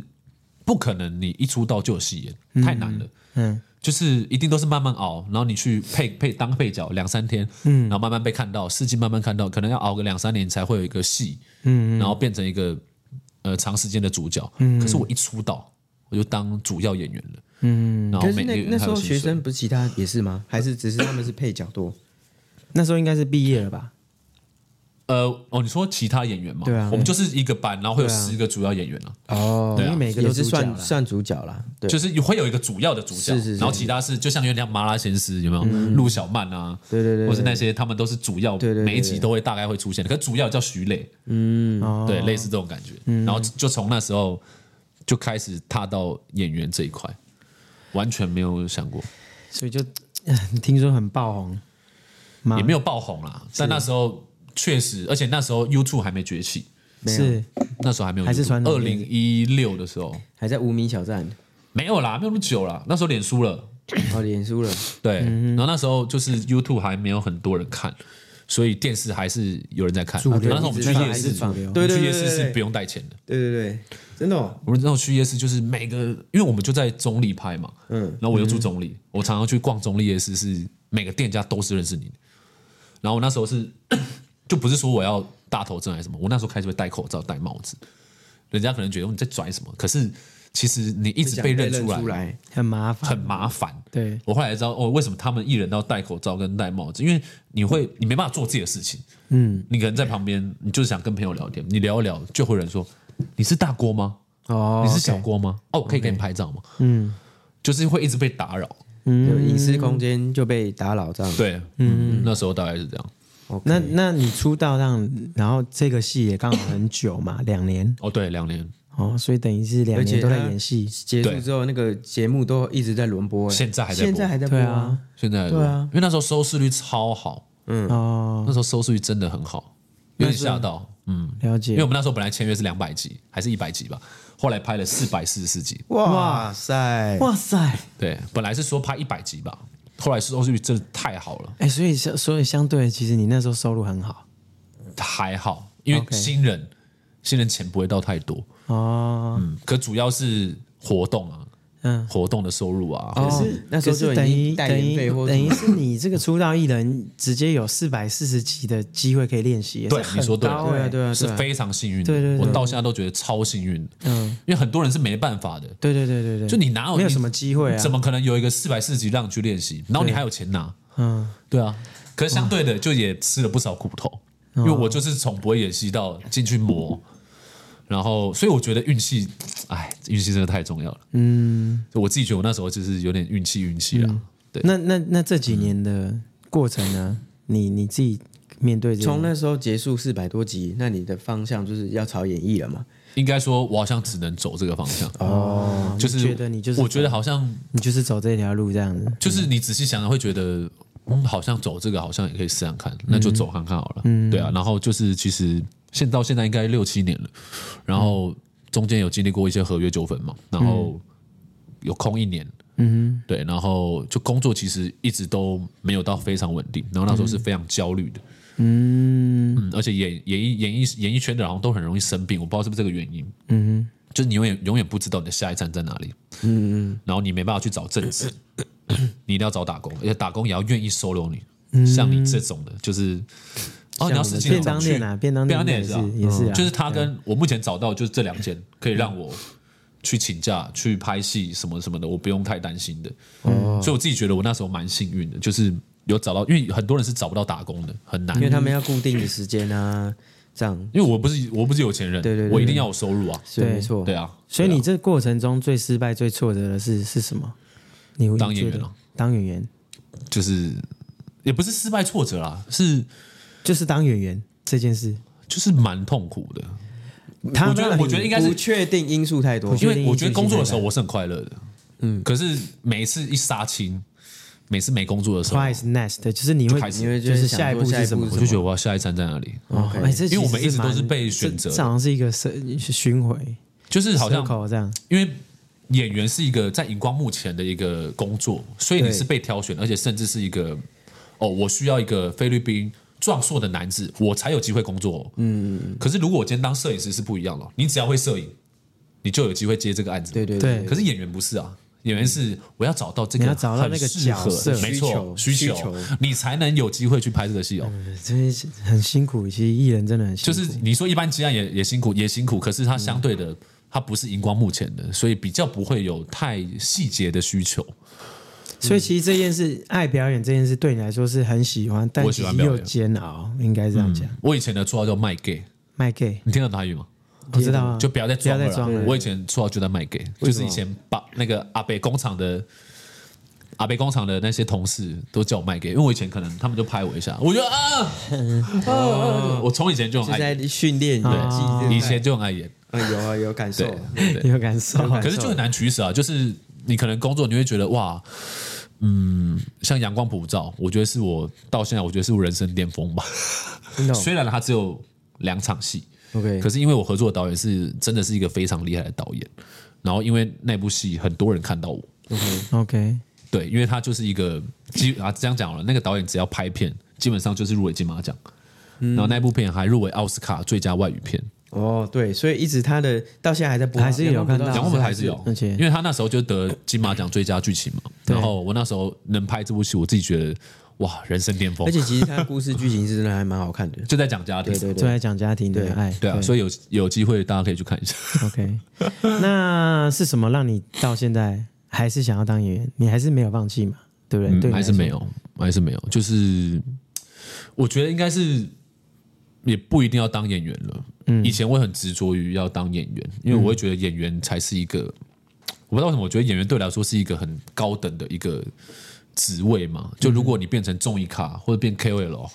S3: 不可能你一出道就有戏演，太难了。
S1: 嗯，
S3: 就是一定都是慢慢熬，然后你去配配当配角两三天，嗯，然后慢慢被看到，试镜慢慢看到，可能要熬个两三年才会有一个戏，嗯，然后变成一个呃长时间的主角。嗯，可是我一出道我就当主要演员了，嗯，然后
S2: 可是
S3: 每
S2: 那
S3: 年
S2: 那
S3: 还
S2: 时
S3: 有
S2: 候
S3: 薪
S2: 学
S3: 水
S2: 生不是其他也是吗？还是只是他们是配角多？
S1: 那时候应该是毕业了吧？
S3: 呃哦，你说其他演员嘛，
S1: 对啊
S3: 我们就是一个班，然后会有十个主要演员啊，
S2: 哦
S1: 对啊因为每个都
S2: 也是
S1: 主角啦
S2: 算算主角啦。对，
S3: 就是会有一个主要的主角，
S2: 是是是嗯
S3: 然后其他是就像有点像麻辣鲜师有没有？陆、小曼啊，
S2: 对对对对
S3: 或是那些他们都是主要，
S2: 对对对嗯
S3: 每一集都会大概会出现的。可是主要叫徐磊，
S1: 哦，
S3: 对，类似这种感觉。然后就从那时候就开始踏到演员这一块，完全没有想过，
S1: 所以就 听说很爆红，
S2: 啊
S1: 吗
S3: 也没有爆红啦。但那时候确实，而且那时候 YouTube 还没崛起，
S2: 没有
S1: 是
S3: 那时候还没有 YouTube，
S1: 还是传统
S3: 二
S1: 电
S3: 零一六的时候
S2: 还在无名小站，
S3: 没有啦，没有那么久啦，那时候脸书了。
S2: 哦，脸书了，
S3: 对，然后那时候就是 YouTube 还没有很多人看，所以电视还是有人在看。
S1: 主流
S3: 那时候我们去
S1: 一直
S3: 夜
S1: 还
S3: 市
S1: 是主流，
S3: 我们
S2: 对对
S3: 去夜
S2: 对
S3: 市
S2: 对
S3: 是
S2: 对
S3: 不用带钱的。
S2: 对对对，真的、哦，
S3: 我们那时候去夜市就是每个，因为我们就在中立拍嘛，嗯，然后我又住中立，我常常去逛中立夜市，是每个店家都是认识你的。然后我那时候是， 就不是说我要大头针还是什么，我那时候开始会戴口罩、戴帽子，人家可能觉得哦你在拽什么，可是其实你一直被认出来，
S2: 来，
S1: 很麻烦，
S3: 很麻烦。
S1: 对
S3: 我后来才知道哦，为什么他们艺人都要戴口罩跟戴帽子，因为你会你没办法做自己的事情。嗯，你可能在旁边，你就是想跟朋友聊天，你聊一聊，就会有人说你是大锅吗？
S1: 哦
S3: 你是小锅吗？哦，我可以给你拍照吗？
S1: 嗯，
S3: 就是会一直被打扰。
S2: 有隐私空间就被打扰这样。
S3: 对，嗯，那时候大概是这样。
S1: 那那你出道让，然后这个戏也刚好很久嘛， 两年
S3: 哦，对，两年，
S1: 哦，所以等于是两
S2: 而
S1: 年
S2: 且
S1: 都在
S2: 他
S1: 演戏，
S2: 结束之后，那个节目都一直在轮播，哎
S3: 现在还在播
S2: 现在还在播
S1: 对啊，，
S3: 现在
S2: 对啊，
S3: 因为那时候收视率超好，
S1: 哦，
S3: 那时候收视率真的很好，有点吓到。嗯，
S1: 了
S3: 因为
S1: 解
S3: 我，们那时候本来签约是两百集，还是一百集吧，后来拍了四百四十四集。
S2: 哇塞，
S1: 哇塞，
S3: 对，本来是说拍一百集吧，后来收视率真的太好了，
S1: 哎，所以相所以相对，其实你那时候收入很好
S3: 还好，因为
S1: OK
S3: 新人新人钱不会到太多，
S1: 哦，
S3: 嗯，可主要是活动啊，
S1: 嗯，
S3: 活动的收入啊，
S2: 哦
S3: 或者是
S2: 那时候就
S1: 可是
S2: 已
S1: 等
S2: 经
S1: 于
S2: 代
S1: 等
S2: 言费
S1: 于
S2: 或
S1: 等于是你这个出道艺人直接有四百四十集的机会可以练习，
S3: 对
S1: 这，
S3: 你
S1: 很
S3: 说对
S1: 高欸
S3: 了，
S2: 对啊，对啊，
S3: 是
S2: 对啊，
S3: 非常幸运的，
S1: 对对对
S3: 我到现在都觉得超幸运，嗯，因为很多人是没办法的，
S1: 对对对对对，
S3: 就你哪有
S1: 没有什么机会啊
S3: 怎么可能有一个四百四十集让你去练习，然后你还有钱拿？
S1: 嗯，
S3: 对啊，可是相对的就也吃了不少苦头，
S1: 嗯
S3: 因为我就是从不会演戏到进去磨，然后所以我觉得运气，哎，运气真的太重要了。嗯，我自己觉得我那时候就是有点运气运气啦。啊
S1: 嗯
S3: 对，嗯
S1: 那那那这几年的过程呢？你你自己面对这
S2: 从那时候结束四百多集，那你的方向就是要朝演艺了嘛？
S3: 应该说我好像只能走这个方向，
S1: 哦，
S3: 就
S1: 你
S3: 是
S1: 觉得你就是
S3: 我觉得好像
S1: 你就是走这条路这样子，
S3: 就是你仔细想想会觉得，嗯，好像走这个好像也可以试看看，那就走看看好了。对啊，然后就是其实现到现在应该六七年了，然后中间有经历过一些合约纠纷嘛，然后有空一年。嗯，对，然后就工作其实一直都没有到非常稳定，然后那时候是非常焦虑的，嗯而且演演艺演艺演艺圈的人好像都很容易生病，我不知道是不是这个原因，嗯就是你永远永远不知道你的下一站在哪里，嗯然后你没办法去找正 职，
S1: 嗯
S3: 你一定要找打工，而且打工也要愿意收留你，像你这种的，就是哦你要
S2: 像我
S3: 实
S2: 们
S3: 际
S2: 这
S1: 便
S3: 找
S1: 当店啊，
S3: 去
S1: 便当
S3: 便
S1: 店
S3: 当店
S1: 也
S3: 也
S1: 是
S3: 是啊
S1: 也是啊，
S3: 就是他跟我目前找到就是这两间可以让我去请假、去拍戏什么什么的，我不用太担心的。
S1: 哦
S2: 嗯
S3: 所以我自己觉得我那时候蛮幸运的，就是有找到，因为很多人是找不到打工的，很难
S2: 因。为他们要固定的时间啊，这样
S3: 因为我不是我不是有钱人，
S2: 对对对
S3: 我一定要有收入啊。
S2: 是
S1: 对
S2: 没错。
S3: 对啊，
S1: 所以你这过程中最失败、最挫折的是是什么？你会
S3: 当演员
S1: 觉得
S3: 啊
S1: 当演员
S3: 就是也不是失败挫折啦，是
S1: 就是当演员这件事，
S3: 就是蛮痛苦的。
S1: 他
S3: 我觉得我觉得应该是
S2: 不确定因素太多，
S1: 不确
S3: 因
S1: 定
S3: 为我觉得工作的时候
S1: 因
S3: 我是很快乐的，嗯，可是每一次一杀青，每次没工作的时候，
S1: twice next，就是你
S3: 就
S1: 会
S3: 开始
S2: 你会觉
S1: 就
S2: 得
S1: 是
S2: 想
S1: 下一
S2: 说
S1: 步
S2: 下
S1: 是
S2: 一
S1: 什
S2: 步
S1: 么
S2: 是？
S3: 我就觉得我要下一站在哪里，
S1: 哦，
S2: OK
S1: 哎，这
S3: 因为我
S1: 其实
S3: 们一直
S1: 蛮
S3: 都是被选择
S1: 这这好像是一个是巡回，
S3: 就是好像
S1: circle 这样，
S3: 因为演员是一个在荧光幕前的一个工作，所以你
S2: 对
S3: 是被挑选，而且甚至是一个哦，我需要一个菲律宾壮硕的男子，我才有机会工作、嗯，可是如果我今天当摄影师是不一样的，你只要会摄影，你就有机会接这个案子。
S2: 对对
S1: 对
S3: 可是演员不是啊，演员是我要找到这个，
S1: 你要找到那个角色
S3: 没
S2: 需
S3: 错，
S2: 求
S3: 需
S2: 需
S3: 求，
S2: 求
S3: 你才能有机会去拍这个戏哦。
S1: 呃真是很辛苦。其实艺人真的很
S3: 就
S1: 辛苦，嗯
S3: 是你说一般接案也也辛苦，也辛苦，可是它相对的，它不是荧光幕前的，所以比较不会有太细节的需求。
S1: 所以其实这件事，爱表演这件事对你来说是很喜欢，但
S3: 我
S1: 其
S3: 喜
S1: 实
S3: 欢
S1: 也有
S3: 表演嗯
S1: 煎熬，应该这样讲。
S3: 我以前的绰号叫卖 gay，
S1: 卖 gay，
S3: 你听得懂台语吗？
S1: 我知道啊，
S3: 就不要再装
S1: 不
S3: 了
S1: 要再
S3: 啦。
S1: 装了
S3: 我以前绰号就在卖 gay，就是以前把那个阿北工厂的。阿北工厂的那些同事都叫我卖 gay，因为我以前可能他们就拍我一下，我就啊，啊我从以前就很
S2: 就
S3: 爱演
S2: 在训练演
S1: 啊
S2: 技，
S3: 以前就很爱演，
S2: 啊有啊有感受，
S3: 对。
S1: 有感受。
S2: 感
S3: 哦可是就很难取舍啊，就是你可能工作你会觉得哇，嗯，像阳光普照，我觉得是我到现在我觉得是我人生巅峰吧。
S1: 真的哦
S3: 虽然它只有两场戏，
S2: OK，
S3: 可是因为我合作的导演是真的是一个非常厉害的导演，然后因为那部戏很多人看到我，
S1: OK，
S3: 对，因为他就是一个基啊这样讲好了，那个导演只要拍片，基本上就是入围金马奖，然后那部片还入围奥斯卡最佳外语片。
S2: 哦对，所以一直他的到现在还在播啊，
S1: 还是有
S2: 阳光普
S1: 看到
S2: 照
S3: 然后我们还是有，
S1: 而且
S3: 哦因为他那时候就得金马奖最佳剧情嘛，
S1: 对
S3: 然后我那时候能拍这部戏，我自己觉得哇，人生巅峰，
S2: 而，且其实他的故事剧情是真的还蛮好看的
S3: 就在讲家庭，
S2: 对对
S1: 就
S2: 对，
S1: 在讲家庭的爱，
S3: 对啊，所以有有机会大家可以去看一下。
S1: OK，那是什么让你到现在还是想要当演员？你还是没有放弃嘛？对不对？对，
S3: 嗯，还是没。有，还是没有。就是我觉得应该是也不一定要当演员了。嗯，以前我很执着于要当演员，因为我会觉得演员才是一个，我不知道为什么，我觉得演员对我来说是一个很高等的一个职位嘛。就如果你变成综艺咖或者变 KOL，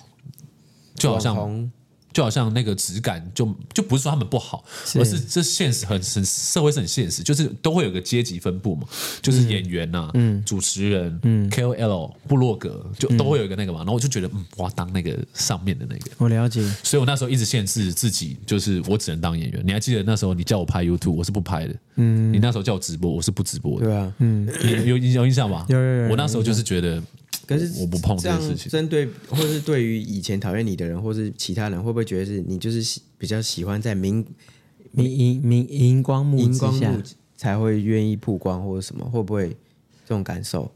S3: 就好
S2: 网
S3: 像
S2: 红
S3: 就好像那个质感就就不是说他们不好，而是这现实很很社会是很现实，就是都会有个阶级分布嘛，就是演员呐、主持人、KOL、部落格，就都会有一个那个嘛。然后我就觉得，嗯，我要当那个上面的那个，
S1: 我了解，
S3: 所以我那时候一直限制自己，就是我只能当演员。你还记得那时候你叫我拍 YouTube，我是不拍的，嗯，你那时候叫我直播，我是不直播的，
S2: 对啊，
S3: 有有有印象吧？
S1: 有有有有
S3: 我那时候就是觉得，
S2: 可是
S3: 我不碰
S2: 这
S3: 这
S2: 样
S3: 件事情。
S2: 针对或是对于以前讨厌你的人，或是其他人，会不会觉得是你就是喜比较喜欢在明
S1: 明荧明荧光幕
S2: 荧
S1: 之
S2: 光
S1: 下
S2: 幕才会愿意曝光或者什么？会不会这种感受？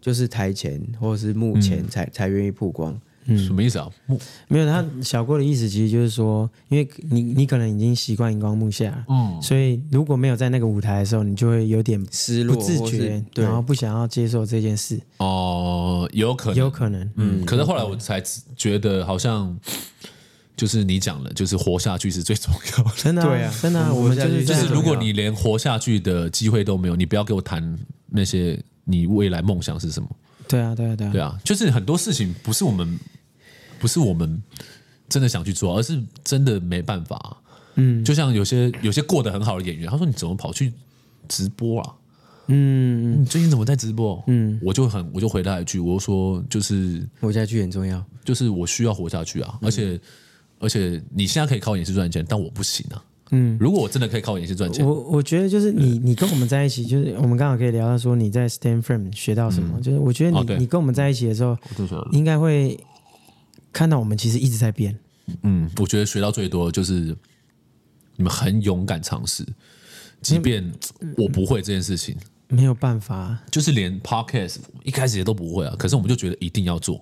S2: 就是台前或者是幕前才、才愿意曝光，
S3: 什么意思啊？幕
S1: 没有他小郭的意思，其实就是说，因为你你可能已经习惯荧光幕下，
S3: 哦
S1: 嗯，所以如果没有在那个舞台的时候，你就会有点
S2: 失
S1: 不
S2: 落
S1: 自
S2: 或是
S1: 觉，
S2: 对
S1: 然后不想要接受这件事，
S3: 哦，有可能，
S1: 有可能，
S3: 嗯，可是后来我才觉得，好像就是你讲的，就是活下去是最重要 的。
S1: 真的
S2: 对啊
S1: 真的啊，
S2: 我
S1: 我们
S2: 们
S1: 就是
S3: 就
S2: 就
S1: 在
S3: 是
S2: 对
S3: 如果你连活下去的机会都没有，你不要给我谈那些你未来梦想是什么。
S1: 对啊对啊对啊
S3: 对，啊，就是很多事情不是我们不是我们真的想去做，而是真的没办法、嗯，就像有些有些过得很好的演员，他说你怎么跑去直播啊？嗯，你最近怎么在直播？嗯，我就很我就回他一句，我就说就是
S2: 活下去很重要。
S3: 就是我需要活下去啊，而且而且你现在可以靠演戏赚钱，但我不行啊。嗯，如果我真的可以靠演戏赚
S2: 啊
S3: 钱，
S1: 我我觉得就是你，你跟我们在一起，就是我们刚好可以聊到说你在 Stanford 学到什么。
S2: 嗯
S1: 就是我觉得你、
S3: 哦对
S1: 你跟我们在一起的时候，应该会看到我们其实一直在变。
S3: 嗯，我觉得学到最多的就是你们很勇敢尝试，即便我不会这件事情，
S1: 没有办法，
S3: 就是连 podcast 一开始也都不会啊，可是我们就觉得一定要做，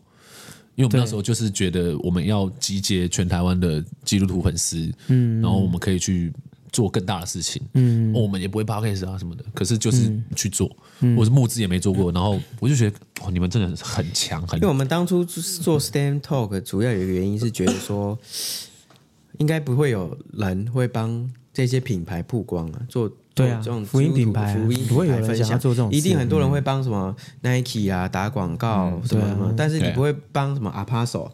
S3: 因为我们那时候就是觉得我们要集结全台湾的基督徒粉丝，嗯，然后我们可以去做更大的事情，嗯，我们也不会 p o d c a s 啊什么的，可是就是去做，我是募资也没做过，然后我就觉得哇，你们真的很强，很
S2: 因为我们当初就是做 Stand Talk，主要有一个原因是觉得说，应该不会有人会帮这些品牌曝光啊，做
S1: 对啊
S2: 做这种
S1: 福音
S2: 基
S1: 品
S2: 督徒
S1: 牌啊
S2: 福音
S1: 不会有
S2: 品牌
S1: 人
S2: 分
S1: 想要
S2: 享
S1: 做这种事
S2: 一定很多人
S1: 嗯
S2: 会帮什么 Nike 啊打广告什么什么，但是你
S3: 对啊
S2: 不会帮什么 Apostle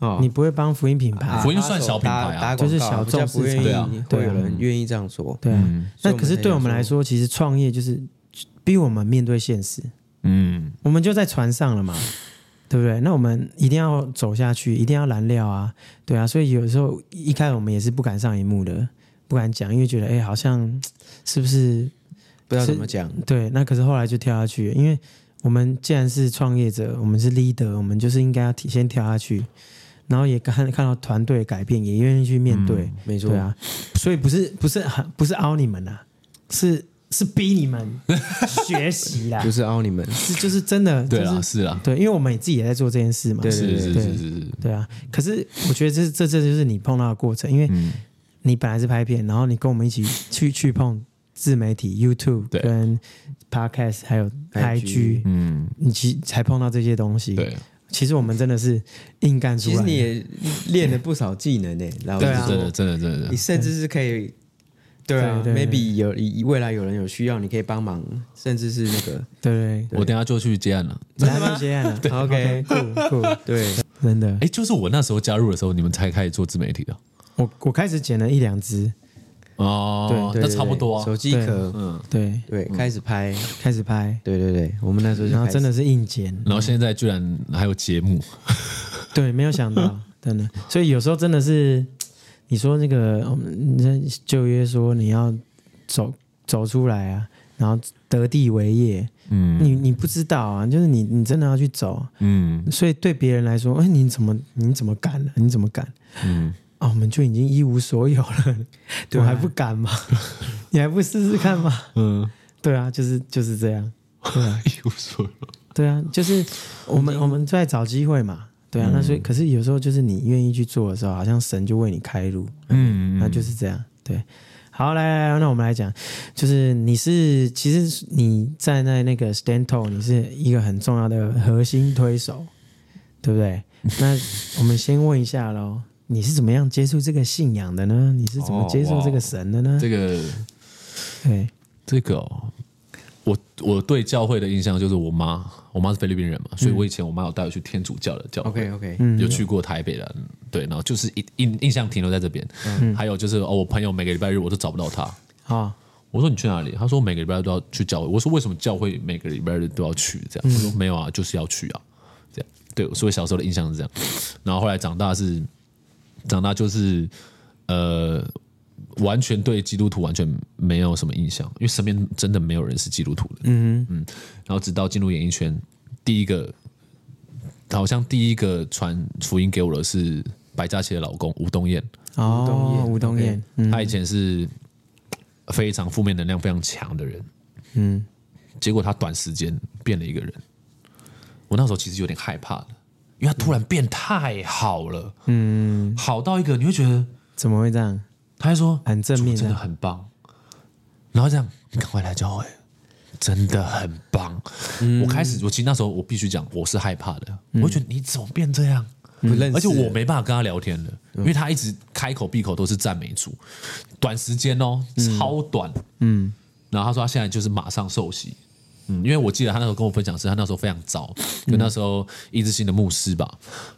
S2: 哦，
S1: 你不会帮福音品牌，
S3: 福音算小品牌啊
S2: 打打
S1: 就是
S2: 广告
S1: 小众
S2: 比较不
S1: 市
S2: 愿
S1: 场
S2: 意
S1: 对
S3: 对啊
S2: 会有
S1: 啊
S2: 人愿意这样做，
S1: 对啊。
S3: 嗯
S1: 那
S2: 所以
S1: 可是对我们来
S2: 才
S1: 说，其实创业就是逼我们面对现实，
S3: 嗯，
S1: 我们就在船上 了嘛，对不对？那我们一定要走下去，一定要燃料啊，对啊。所以有时候一开始我们也是不敢上荧幕的，不敢讲，因为觉得哎，好像是不是
S2: 不知道怎么 讲，
S1: 对，那可是后来就跳下去了，因为我们既然是创业者，我们是 leader，我们就是应该要提先跳下去，然后也看看到团队改变，也愿意去面对，
S2: 没错
S1: 对，啊，所以不是不是不是凹你们啦、是是逼你们学习啦
S2: 不，是凹你们，
S1: 是就是真的，
S3: 对
S1: 就
S3: 啊，
S1: 是
S3: 是啊，
S1: 对，因为我们也自己也在做这件事嘛，
S2: 对
S3: 是
S2: 对
S3: 是
S1: 对
S3: 是是是，
S1: 对啊，可是我觉得这这这就是你碰到的过程，因为
S3: 嗯
S1: 你本来是拍片，然后你跟我们一起去去碰自媒体 YouTube
S3: 对
S1: 跟 Podcast 还有
S2: IG
S1: IG，
S3: 嗯，
S1: 你其才碰到这些东西。，
S3: 对，
S1: 其实我们真的是硬干出 来
S2: 其实
S1: 的。
S2: 你也 练了不少技能呢，老实
S1: 对啊
S3: 真
S2: 说
S3: 的。真的真的
S2: 你，甚至是可以，对啊
S1: 对对
S2: m a y b e 有以未来有人有需要，你可以帮忙，甚至是那 个
S1: 对
S3: 我等一下就去接案了。
S1: 对，来这些案了。
S2: 对 OK
S1: 酷酷，
S2: 对，
S1: 真的
S3: 哎，。就是我那时候加入的时候，你们才开始做自媒体的
S1: 我我开始剪了一两支，
S3: 哦，
S2: 对
S3: 那
S2: 对
S3: 差不多啊
S2: 手，机壳，
S3: 嗯，
S1: 对，
S2: 对，开始拍，
S1: 开始拍，
S2: 对对对，我们那时候就
S1: 然后
S2: 开始
S1: 真的是硬剪。
S3: 然后现在居然还有节目，
S1: 对，没有想 到，真的。所以有时候真的是，你说那个，嗯你这旧约说你要走走出来啊，然后得地为业，
S3: 嗯
S1: 你你不知道啊，就是你你真的要去走，
S3: 嗯
S1: 所以对别人来说，哎，你怎么你怎么敢呢、啊你怎么敢？
S3: 嗯，啊
S1: 啊，我们就已经一无所有了，
S2: 对
S1: 我还不敢 吗？你还不试试看吗？
S3: 嗯，
S1: 对啊，就是就是这样，对啊。
S3: 一无所有，
S1: 对啊，就是我
S3: 嗯
S1: 们我们在找机会嘛。对啊，那所以可是有时候就是你愿意去做的时候，好像神就为你开路，
S3: 嗯
S1: 那就是这样。对，好，来来来，那我们来讲，就是你是其实你站在那个 Stanto，你是一个很重要的核心推手，对不 对？那我们先问一下喽，你是怎么样接触这个信仰的呢？你是怎么
S3: 哦
S1: 接触
S3: 哇
S1: 这个神的呢？
S3: 这个
S1: 对，
S3: 这个哦，我我对教会的印象就是我妈，我妈是菲律宾人嘛，所以我以前我妈有带我去天主教的教会
S2: OK OK，
S1: 嗯
S3: 有去过台北的，对，然后就是印印印象停留在这边。还有就是哦，我朋友每个礼拜日我都找不到他，
S1: 好，
S3: 我说你去哪里？他说我每个礼拜都要去教会。我说为什么教会每个礼拜日都要去？这样、我说没有啊，就是要去啊，这样。对，所以小时候的印象是这样。然后后来长大是长大就是呃，完全对基督徒完全没有什么印象，因为身边真的没有人是基督徒的。嗯嗯。然后直到进入演艺圈，第一个好像第一个传福音给我的是白嘉琪的老公吴东彦。
S1: 哦，
S2: 吴
S1: 吴
S2: 东
S1: 东
S2: 彦
S1: 彦，
S3: 他以前是非常负面能量非常强的人，嗯，结果他短时间变了一个人。我那时候其实有点害怕的，因为他突然变太好了，嗯，好到一个你会觉得，
S1: 怎么会这样？
S3: 他还说
S1: 很正面
S3: 主真的
S1: 的
S3: 很棒，然后这样赶快来教会，真的很棒。我开始，我其实那时候我必须讲，我是害怕的，我觉得你怎么变这样？
S2: 不认识
S3: 而且我没办法跟他聊天了，因为他一直开口闭口都是赞美主，短时间哦，超短，嗯。然后他说他现在就是马上受洗，嗯，因为我记得他那时候跟我分享是，他那时候非常糟，就那时候一直新的牧师吧，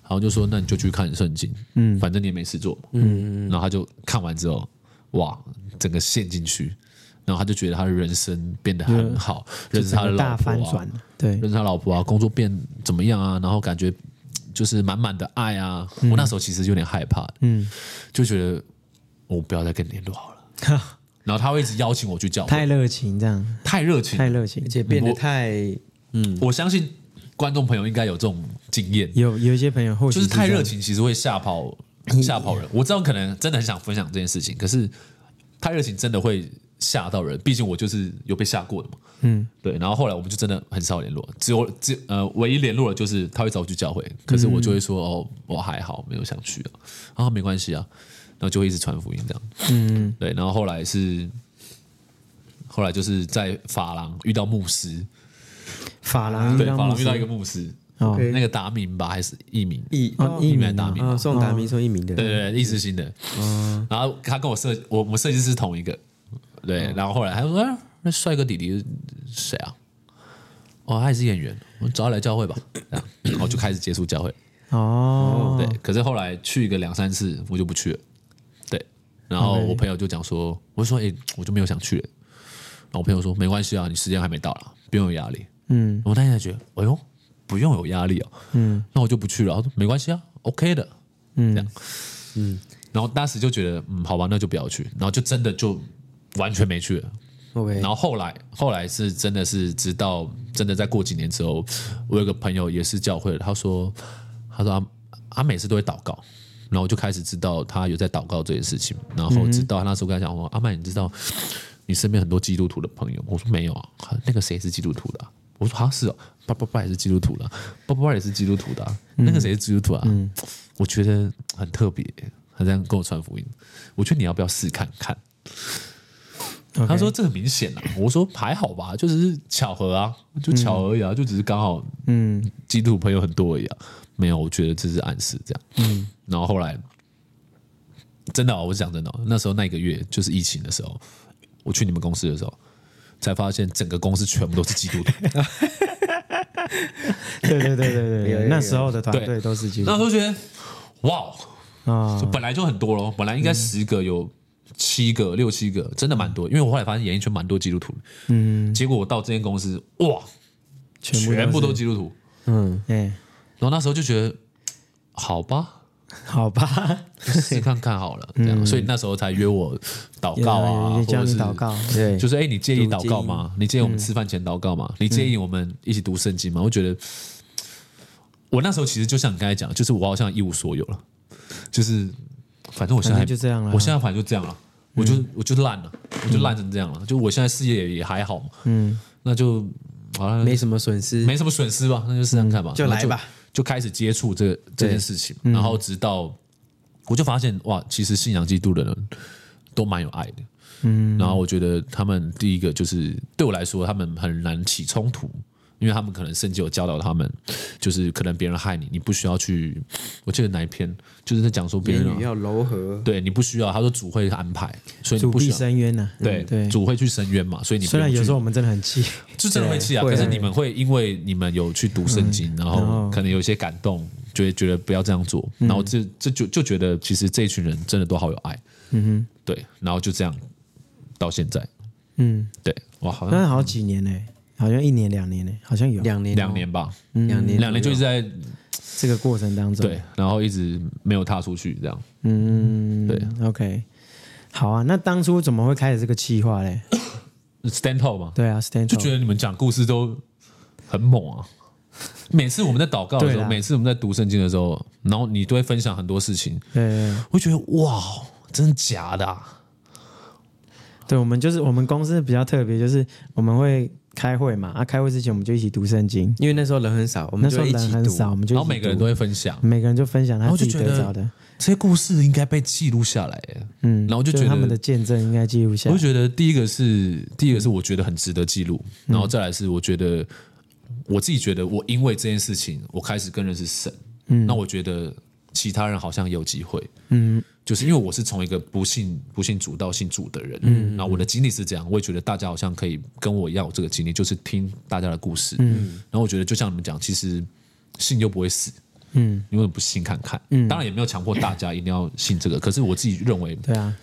S3: 然后就说那你就去看圣经，嗯，反正你也没事做，嗯，然后他就看完之后，哇，整个陷进去，然后他就觉得他的人生变得很好，认识他的
S1: 整个
S3: 老
S1: 大
S3: 婆、啊、
S1: 翻转， 对
S3: 认识他老婆啊，工作变怎么样啊？然后感觉嘖就是满满的爱啊。
S1: 嗯
S3: 我那时候其实有点害怕，嗯，就觉得我不要再跟你联络好了。然后他会一直邀请我去教会，
S1: 太热情这样，
S3: 太热情了
S1: 太，热情嗯
S2: 而，且变得太
S3: 我相信观众朋友应该有这种经验，
S1: 有有一些朋友或许
S3: 就是太
S1: 这样
S3: 热，情其实会吓跑吓跑人。我知道可能真的很想分享这件事情，可是太热情真的会吓到人，毕竟我就是有被吓过的嘛。嗯，对。然后后来我们就真的很少联络，只有只呃唯一联络的就是他会找我去教会，可是我就会说、哦，我还好，没有想去啊，啊没关系啊，然后就会一直传福音这样。嗯，对。然后后来是后来就是在法廊遇到牧师，
S1: 法郎
S3: 对，
S1: 遇到嗯
S3: 法
S1: 牧
S3: 廊
S1: 师
S3: 遇到一个牧师，
S1: 哦
S2: OK
S3: 那个达明吧还是艺名，
S2: 一
S1: 哦一
S3: 艺名
S1: 名
S3: 还是达明吧
S2: 啊，送达明送一名的，
S3: 对对对，一直新的。
S1: 哦
S3: 然后他跟我设，我我们设计师是同一个，
S1: 哦
S3: 对。然后后来他说：“哎，那帅哥弟弟是谁啊？”哦，他也是演员，我找他来教会吧。这样，然后就开始接触教会。
S1: 哦，
S3: 对，可是后来去个两三次，我就不去了。对，然后我朋友就讲说，我就说：“哎，我就没有想去了。”然后我朋友说：“没关系啊，你时间还没到啦，不用有压力。”
S1: 嗯，
S3: 我当时觉得，哎呦，不用有压力哦。嗯，那我就不去了。他说没关系啊，OK 的。嗯，这样，嗯，然后当时就觉得，嗯，好吧，那就不要去。然后就真的就完全没去了。
S2: ，OK，
S3: 然后后来，后来是真的是直到真的再过几年之后，我有个朋友也是教会的，他说，他说他他每次都会祷告，然后我就开始知道他有在祷告这件事情。然后直到他那时候跟他讲，我说阿曼，你知道你身边很多基督徒的朋友？我说没有啊，啊那个谁是基督徒的啊、我说好像是哦，爸爸爸也是基督徒的啊、爸爸爸也是基督徒的啊、那个谁是基督徒啊？我觉得很特别，他这样跟我传福音，我觉得你要不要试看看？他说这很明显啊，我说还好吧，就只是巧合啊，就巧合而已啊，就只是刚好，嗯，基督徒朋友很多而已啊，没有，我觉得这是暗示这样，嗯，然后后来真的哦、我讲真的哦、那时候那一个月就是疫情的时候，我去你们公司的时候，才发现整个公司全部都是基督徒，
S1: 对对对对
S2: 有有
S1: 对，
S2: 有
S1: 那时候的团
S3: 对
S1: 队都是基督
S3: 那时候觉得哇，哦
S1: 啊
S3: 就，本来就很多咯，本来应该十个有七个、六七个，真的蛮多，因为我后来发现演艺圈蛮多基督徒，嗯，结果我到这间公司，哇，全部都
S1: 是
S3: 基督徒。
S2: 嗯，
S1: 哎，
S3: 然后那时候就觉得，好吧，
S1: 好吧，
S3: 试看看好了，这样，所以那时候才约我祷告啊，
S1: 嗯有
S3: 或
S1: 有叫
S3: 者
S1: 你
S3: 是
S1: 祷告，
S2: 对，
S3: 就是哎、你介意祷告吗？你介意我们吃饭前祷告吗？
S1: 嗯
S3: 你介意我们一起读圣经吗？我觉得，我那时候其实就像你刚才讲，就是我好像一无所有了，就是反正我现在
S1: 反正就这样啦啊嗯
S3: 我现在反正就这样了，我就我就烂了，我就烂成这样了，就我现在事业也也还好嘛，嗯，那就好了，
S2: 没什么损失，
S3: 没什么损失吧，那就试试看吧，
S2: 就来吧
S3: 然后就，就开始接触这这件事
S1: 嗯
S3: 情，然后直到我就发现哇，其实信仰基督的人都蛮有爱的，嗯，然后我觉得他们第一个就是对我来说，他们很难起冲突。因为他们可能圣经有教导他们，就是可能别人害你，你不需要去。我记得哪一篇就是在讲说别
S2: 言
S3: 人啊、
S2: 语要柔和，
S3: 对你不需要，他说主会安排，所以你
S1: 主
S3: 不需
S1: 必
S3: 要。
S1: 深渊呐，
S3: 对
S1: 嗯对。
S3: 主会去伸冤嘛，所以你不
S1: 虽然
S3: 用
S1: 有
S3: 去
S1: 时候我们真的很 气，
S3: 是真的会气啊，
S2: 对
S3: 可
S2: 会
S3: 是你们会因为你们有去读圣经，然后
S1: 后
S3: 可能有一些感动，就会觉得不要这样做，
S1: 嗯
S3: 然后这这就就觉得其实这一群人真的都好有爱，嗯哼，对，然后就这样到现在，
S1: 嗯，
S3: 对，哇，好像
S1: 那好几年呢，好像一年两年呢，好像有
S2: 两年，哦嗯
S3: 两，年吧，
S2: 两年，
S3: 两年就一直在
S1: 这个过程当中，
S3: 对，然后一直没有踏出去这样，
S1: 嗯，
S3: 对
S1: ，OK，好啊。那当初怎么会开始这个计划嘞？
S3: stand tall 嘛，
S1: 对啊，stand
S3: 就觉得你们讲故事都很猛啊。每次我们在祷告的时
S1: 对
S3: 候，
S1: 啦
S3: 每次我们在读圣经的时候，然后你都会分享很多事情，
S1: 对
S3: 我就觉得哇，真的假的、啊？
S1: 对，我们就是我们公司比较特别，就是我们会开会嘛，啊，开会之前我们就一起读圣经，
S2: 因为那时候人很少，我
S1: 那
S2: 们
S1: 时
S2: 就
S1: 候
S2: 一
S1: 人
S2: 起
S1: 很
S2: 读，
S1: 少，我们就
S3: 然
S1: 一起
S3: 后每个人
S1: 读
S3: 都会分享
S1: 每个人就分享
S3: 然
S1: 他
S3: 后就
S1: 自己
S3: 觉
S1: 得
S3: 得
S1: 着的，
S3: 这些故事，应该被记录下来。
S1: 嗯，
S3: 然后就觉
S1: 是他
S3: 得
S1: 们的见证应该记录下
S3: 我就
S1: 来，
S3: 觉得第一个是第一个是我觉得很值得记录，然后再来是我觉得我自己觉得我因为这件事情，我开始更认识神。嗯，那我觉得其他人好像有机会。嗯，就是因为我是从一个不信不信主到信主的人，嗯，然后我的经历是这样，我也觉得大家好像可以跟我一样有这个经历，就是听大家的故事。嗯，然后我觉得就像你们讲，其实信又不会死。嗯，因为不信看看，嗯，当然也没有强迫大家一定要信这个，可是我自己认为，
S1: 对啊，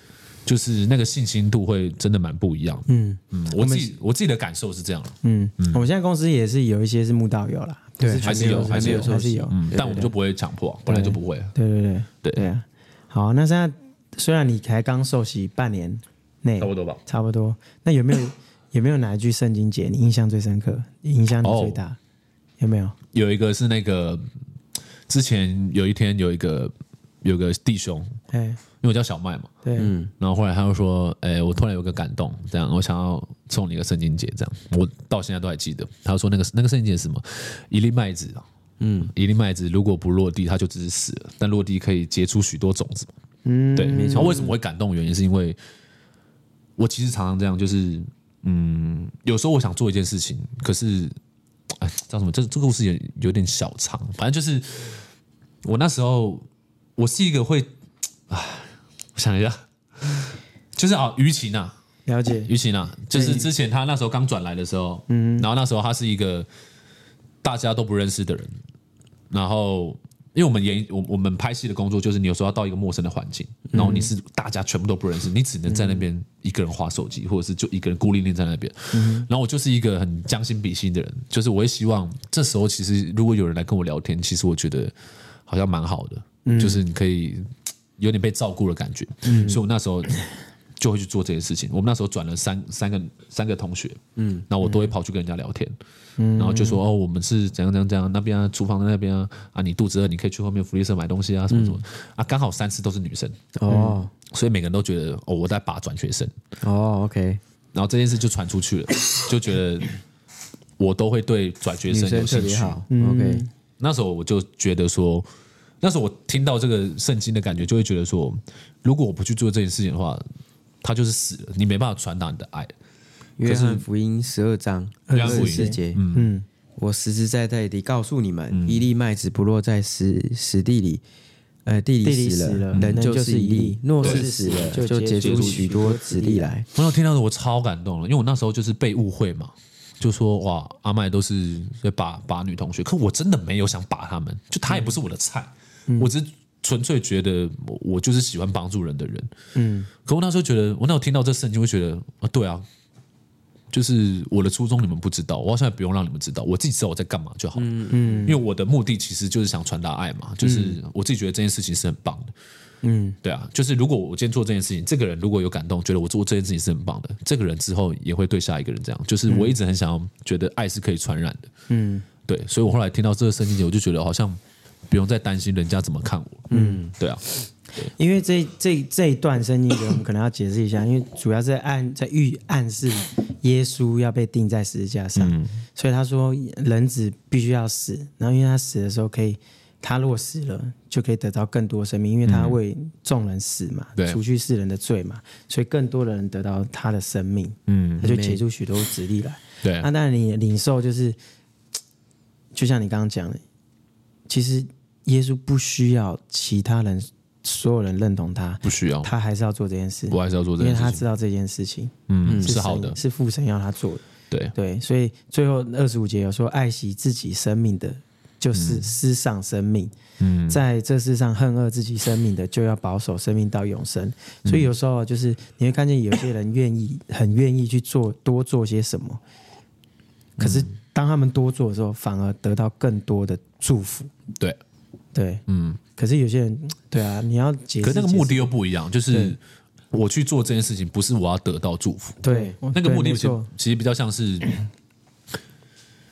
S3: 就是那个信心度会真的蛮不一样。嗯嗯，我自己我自己的感受是这样了。
S1: 嗯，我们现在公司也是有一些是木道友啦，不
S2: 对，
S3: 还是有还
S2: 还
S3: 是有
S1: 还是有，
S3: 嗯，但我们就不会强迫啊，本来就不会啊。
S1: 对对对
S3: 对
S1: 对啊。好，那现在虽然你才刚受洗半年内，
S3: 差不多吧
S1: 差不多。那有没有有没有哪一句圣经节你印象最深刻，影响你
S3: 哦
S1: 最大？有没有？
S3: 有一个是那个之前有一天有一个有个弟兄，
S1: 哎，
S3: 因为我叫小麦嘛，
S1: 对，嗯，
S3: 然后后来他又说：“哎、我突然有个感动，这样我想要送你一个圣经节，这样我到现在都还记得。”他说：“那个那个圣经节是什么？一粒麦子啊，嗯，一粒麦子如果不落地，它就只是死了；但落地可以结出许多种子。”嗯，对，没错。为什么会感动？原因是因为我其实常常这样，就是嗯，有时候我想做一件事情，可是哎，叫什么？这这个故事也有点小长，反正就是我那时候我是一个会，哎，我想一下。就是啊，于琴啊，
S1: 了解，
S3: 于琴啊，就是之前他那时候刚转来的时候，嗯，然后那时候他是一个大家都不认识的人，然后因为我们演我我们拍戏的工作就是你有时候要到一个陌生的环境，然后你是大家全部都不认识，你只能在那边一个人划手机，或者是就一个人孤零零在那边。然后我就是一个很将心比心的人，就是我会希望这时候其实如果有人来跟我聊天，其实我觉得好像蛮好的，就是你可以有点被照顾的感觉。
S2: 嗯
S3: 所以我那时候就会去做这些事情。我们那时候转了三三个三个同学，嗯，那我都会跑去跟人家聊天，
S2: 嗯
S3: 然后就说哦，我们是怎样怎样怎样，那边啊，厨房在那边啊，啊，你肚子饿，你可以去后面福利社买东西啊，什么什么、
S2: 嗯
S3: 啊，刚好三次都是女生，
S2: 哦
S3: 所以每个人都觉得哦，我在把转学生，
S2: 哦，OK，
S3: 然后这件事就传出去了，就觉得我都会对转学
S2: 女
S3: 生
S2: 生
S3: 有
S2: 特
S3: 兴
S2: 别
S3: 趣。
S2: 好，OK，
S1: 嗯
S3: 那时候我就觉得说，那时候我听到这个圣经的感觉，就会觉得说，如果我不去做这件事情的话，它就是死了，你没办法传达你的爱。
S2: 约翰福音十二章
S3: 约翰
S2: 二
S3: 福
S2: 十
S3: 音
S2: 四节，
S1: 嗯，
S2: 我实实在在地告诉你们，
S3: 嗯
S2: 一粒麦子不落在死死地里，呃，地
S1: 地里
S2: 里死
S1: 死了
S2: 了，人
S1: 人
S2: 就
S1: 就是一
S2: 一粒
S1: 粒，
S2: 若
S1: 对
S2: 是死了，
S1: 就
S2: 就
S1: 结
S2: 结
S1: 出
S2: 出许多子粒来。
S3: 我那时候听到的我超感动了，因为我那时候就是被误会嘛，就说哇，阿麦都是在把把女同学，可我真的没有想把他们，就他也不是我的菜，我只是纯粹觉得我我就是喜欢帮助人的人，嗯，可我那时候觉得，我那时候听到这圣经，我会觉得啊，对啊。就是我的初衷，你们不知道，我好像也不用让你们知道，我自己知道我在干嘛就好了。嗯因为我的目的其实就是想传达爱嘛，就是我自己觉得这件事情是很棒的。对啊，就是如果我今天做这件事情，这个人如果有感动，觉得我做这件事情是很棒的，这个人之后也会对下一个人这样。就是我一直很想要觉得爱是可以传染的，嗯，对，所以我后来听到这个圣经节，我就觉得好像不用再担心人家怎么看我，嗯，对啊，
S1: 因为这这这一段圣经节，我们可能要解释一下，因为主要是暗在预暗示耶稣要被钉在十字架上，
S3: 嗯
S1: 所以他说人子必须要死，然后因为他死的时候可以，他如果死了就可以得到更多生命，因为他为众人死嘛，
S3: 对
S1: 除去世人的罪嘛，所以更多的人得到他的生命，
S3: 嗯，
S1: 他就结出许多子粒来。
S3: 对
S1: 啊那当然，你领受就是，就像你刚刚讲的，其实耶稣不需要其他人所有人认同他，
S3: 不需要，
S1: 他还是要做这件事，
S3: 我还是要做这
S1: 因为
S3: 件
S1: 他
S3: 事情，
S1: 知道这件事情
S3: 嗯，
S1: 神
S3: 是好的，
S1: 是父神要他做的。
S3: 对，
S1: 对，所以最后二十五节有说，爱惜自己生命的，就是失丧生命；
S3: 嗯，
S1: 在这世上恨恶自己生命的，就要保守生命到永生。所
S3: 嗯
S1: 以有时候就是你会看见有些人愿意，很愿意去做多做些什么，可是
S3: 嗯
S1: 当他们多做的时候，反而得到更多的祝福。
S3: 对，
S1: 对，
S3: 嗯，
S1: 可是有些人，对啊，你要解释，
S3: 可是那个目的又不一样，就是
S1: 对
S3: 我去做这件事情，不是我要得到祝福，
S1: 解释，哦对，
S3: 那个
S1: 对
S3: 目
S1: 没
S3: 的其实
S1: 错，
S3: 其实比较像是，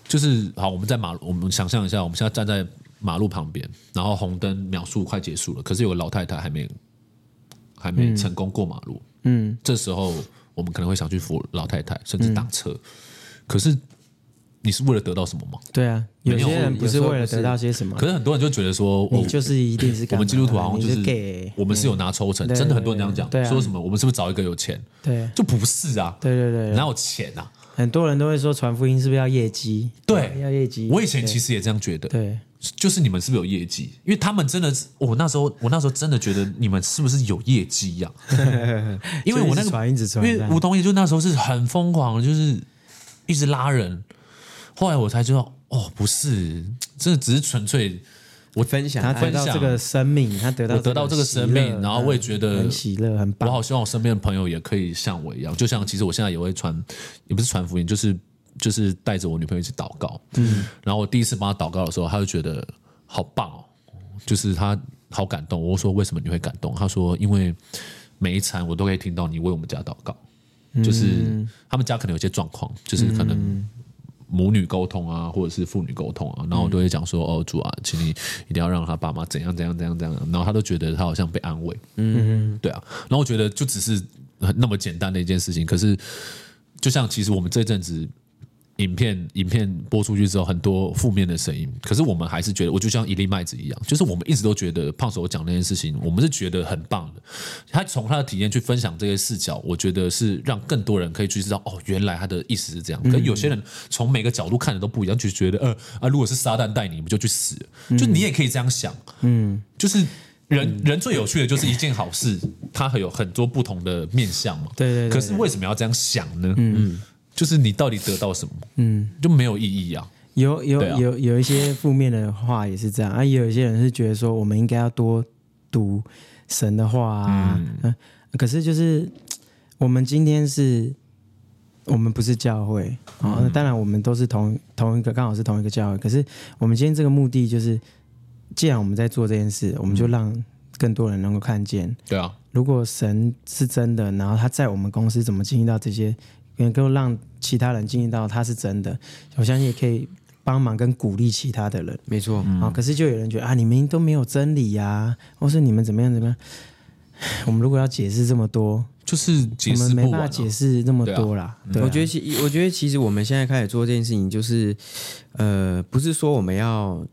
S3: 就是好，我们在马路，我们想象一下，我们现在站在马路旁边，然后红灯秒数快结束了，可是有个老太太还没还没成功过马路，嗯，这时候我们可能会想去扶老太太，甚
S1: 嗯
S3: 至打车，可是你是为了得到什么吗？
S1: 对啊，有
S3: 没有
S1: 些人不是
S2: 有时候
S1: 为了
S2: 不是
S1: 得到些什么
S3: 可，是很多人就觉得说，哦我
S1: 你就是一定是
S3: 我
S1: 干嘛
S3: 们基督徒好像
S1: 你
S3: 就是是
S1: gay，
S3: 我们是有拿抽成，
S1: 对
S3: 真的很多人这样
S1: 对
S3: 讲，
S1: 啊
S3: 说什么我们是不是找一个有钱？
S1: 对
S3: 就不是啊，
S1: 对对对，
S3: 哪有钱啊？
S1: 很多人都会说传福音是不是要业绩？
S3: 对
S1: 要业绩。
S3: 我以前其实也这样觉得，
S1: 对
S3: 就是你们是不是有业绩？因为他们真的是，我那时候我那时候真的觉得你们是不是有业绩 呀、因为我
S1: 就一
S3: 那
S1: 直
S3: 个
S1: 传一直传
S3: 因为吴东业就那时候是很疯狂，就是一直拉人。后来我才知道，哦，不是，这只是纯粹
S2: 我分享
S1: 他
S2: 爱
S1: 得
S3: 分
S1: 到
S3: 享
S1: 这个生命，他得到
S3: 我得到这个生
S1: 喜乐
S3: 命，然后我也觉得
S1: 很喜乐，很
S3: 我
S1: 棒。
S3: 好希望我身边的朋友也可以像我一样，就像其实我现在也会传，也不是传福音，就是就是带着我女朋友一起祷告。嗯，然后我第一次帮她祷告的时候，她就觉得好棒哦，就是她好感动。我说为什么你会感动？她说因为每一餐我都可以听
S1: 嗯
S3: 到你为我们家祷告，就是他们家可能有些状况，就是可能母女沟通啊，或者是父女沟通啊，然后我都会讲说，哦，主啊，请你一定要让他爸妈怎样怎样怎样怎样，然后他都觉得他好像被安慰，嗯，对啊，然后我觉得就只是很那么简单的一件事情，可是就像其实我们这阵子影片影片播出去之后，很多负面的声音，可是我们还是觉得，我就像一粒麦子一样，就是我们一直都觉得胖手讲那件事情，我们是觉得很棒的。他从他的体验去分享这些视角，我觉得是让更多人可以去知道，哦，原来他的意思是这样。
S1: 嗯
S3: 可有些人从每个角度看的都不一样，就觉得，呃啊，如果是撒旦带你，你不就去死了？就你也可以这样想，嗯，就是。
S1: 嗯
S3: 人人最有趣的就是一件好事，它还有很多不同的面向嘛。
S1: 对对对
S3: 可是为什么要这样想呢？嗯，就是你到底得到什么？嗯，就没有意义啊。
S1: 有有、
S3: 对啊
S1: 有有一些负面的话也是这样啊，也有一些人是觉得说我们应该要多读神的话啊，嗯、可是就是嘖我们今天是。我们不是教会啊、哦
S3: 嗯
S1: 那当然我们都是同同一个，刚好是同一个教会。可是我们今天这个目的就是，既然我们在做这件事，我们就
S3: 嗯
S1: 让更多人能够看见，
S3: 对啊，
S1: 如果神是真的，然后他在我们公司怎么经历到这些，能够让其他人经历到他是真的，我相信也可以帮忙跟鼓励其他的人。
S2: 没错，
S3: 嗯
S1: 啊、可是就有人觉得啊，你们都没有真理呀、或是你们怎么样怎么样。我们如果要解释这么多，
S3: 就是解
S1: 我
S3: 释
S1: 们没
S3: 不
S1: 办
S3: 完、
S1: 法
S3: 啊。
S1: 解释这么多啦。对啊
S2: 我觉得其我觉得其实我们现在开始做这件事情，就是呃，不是说我们要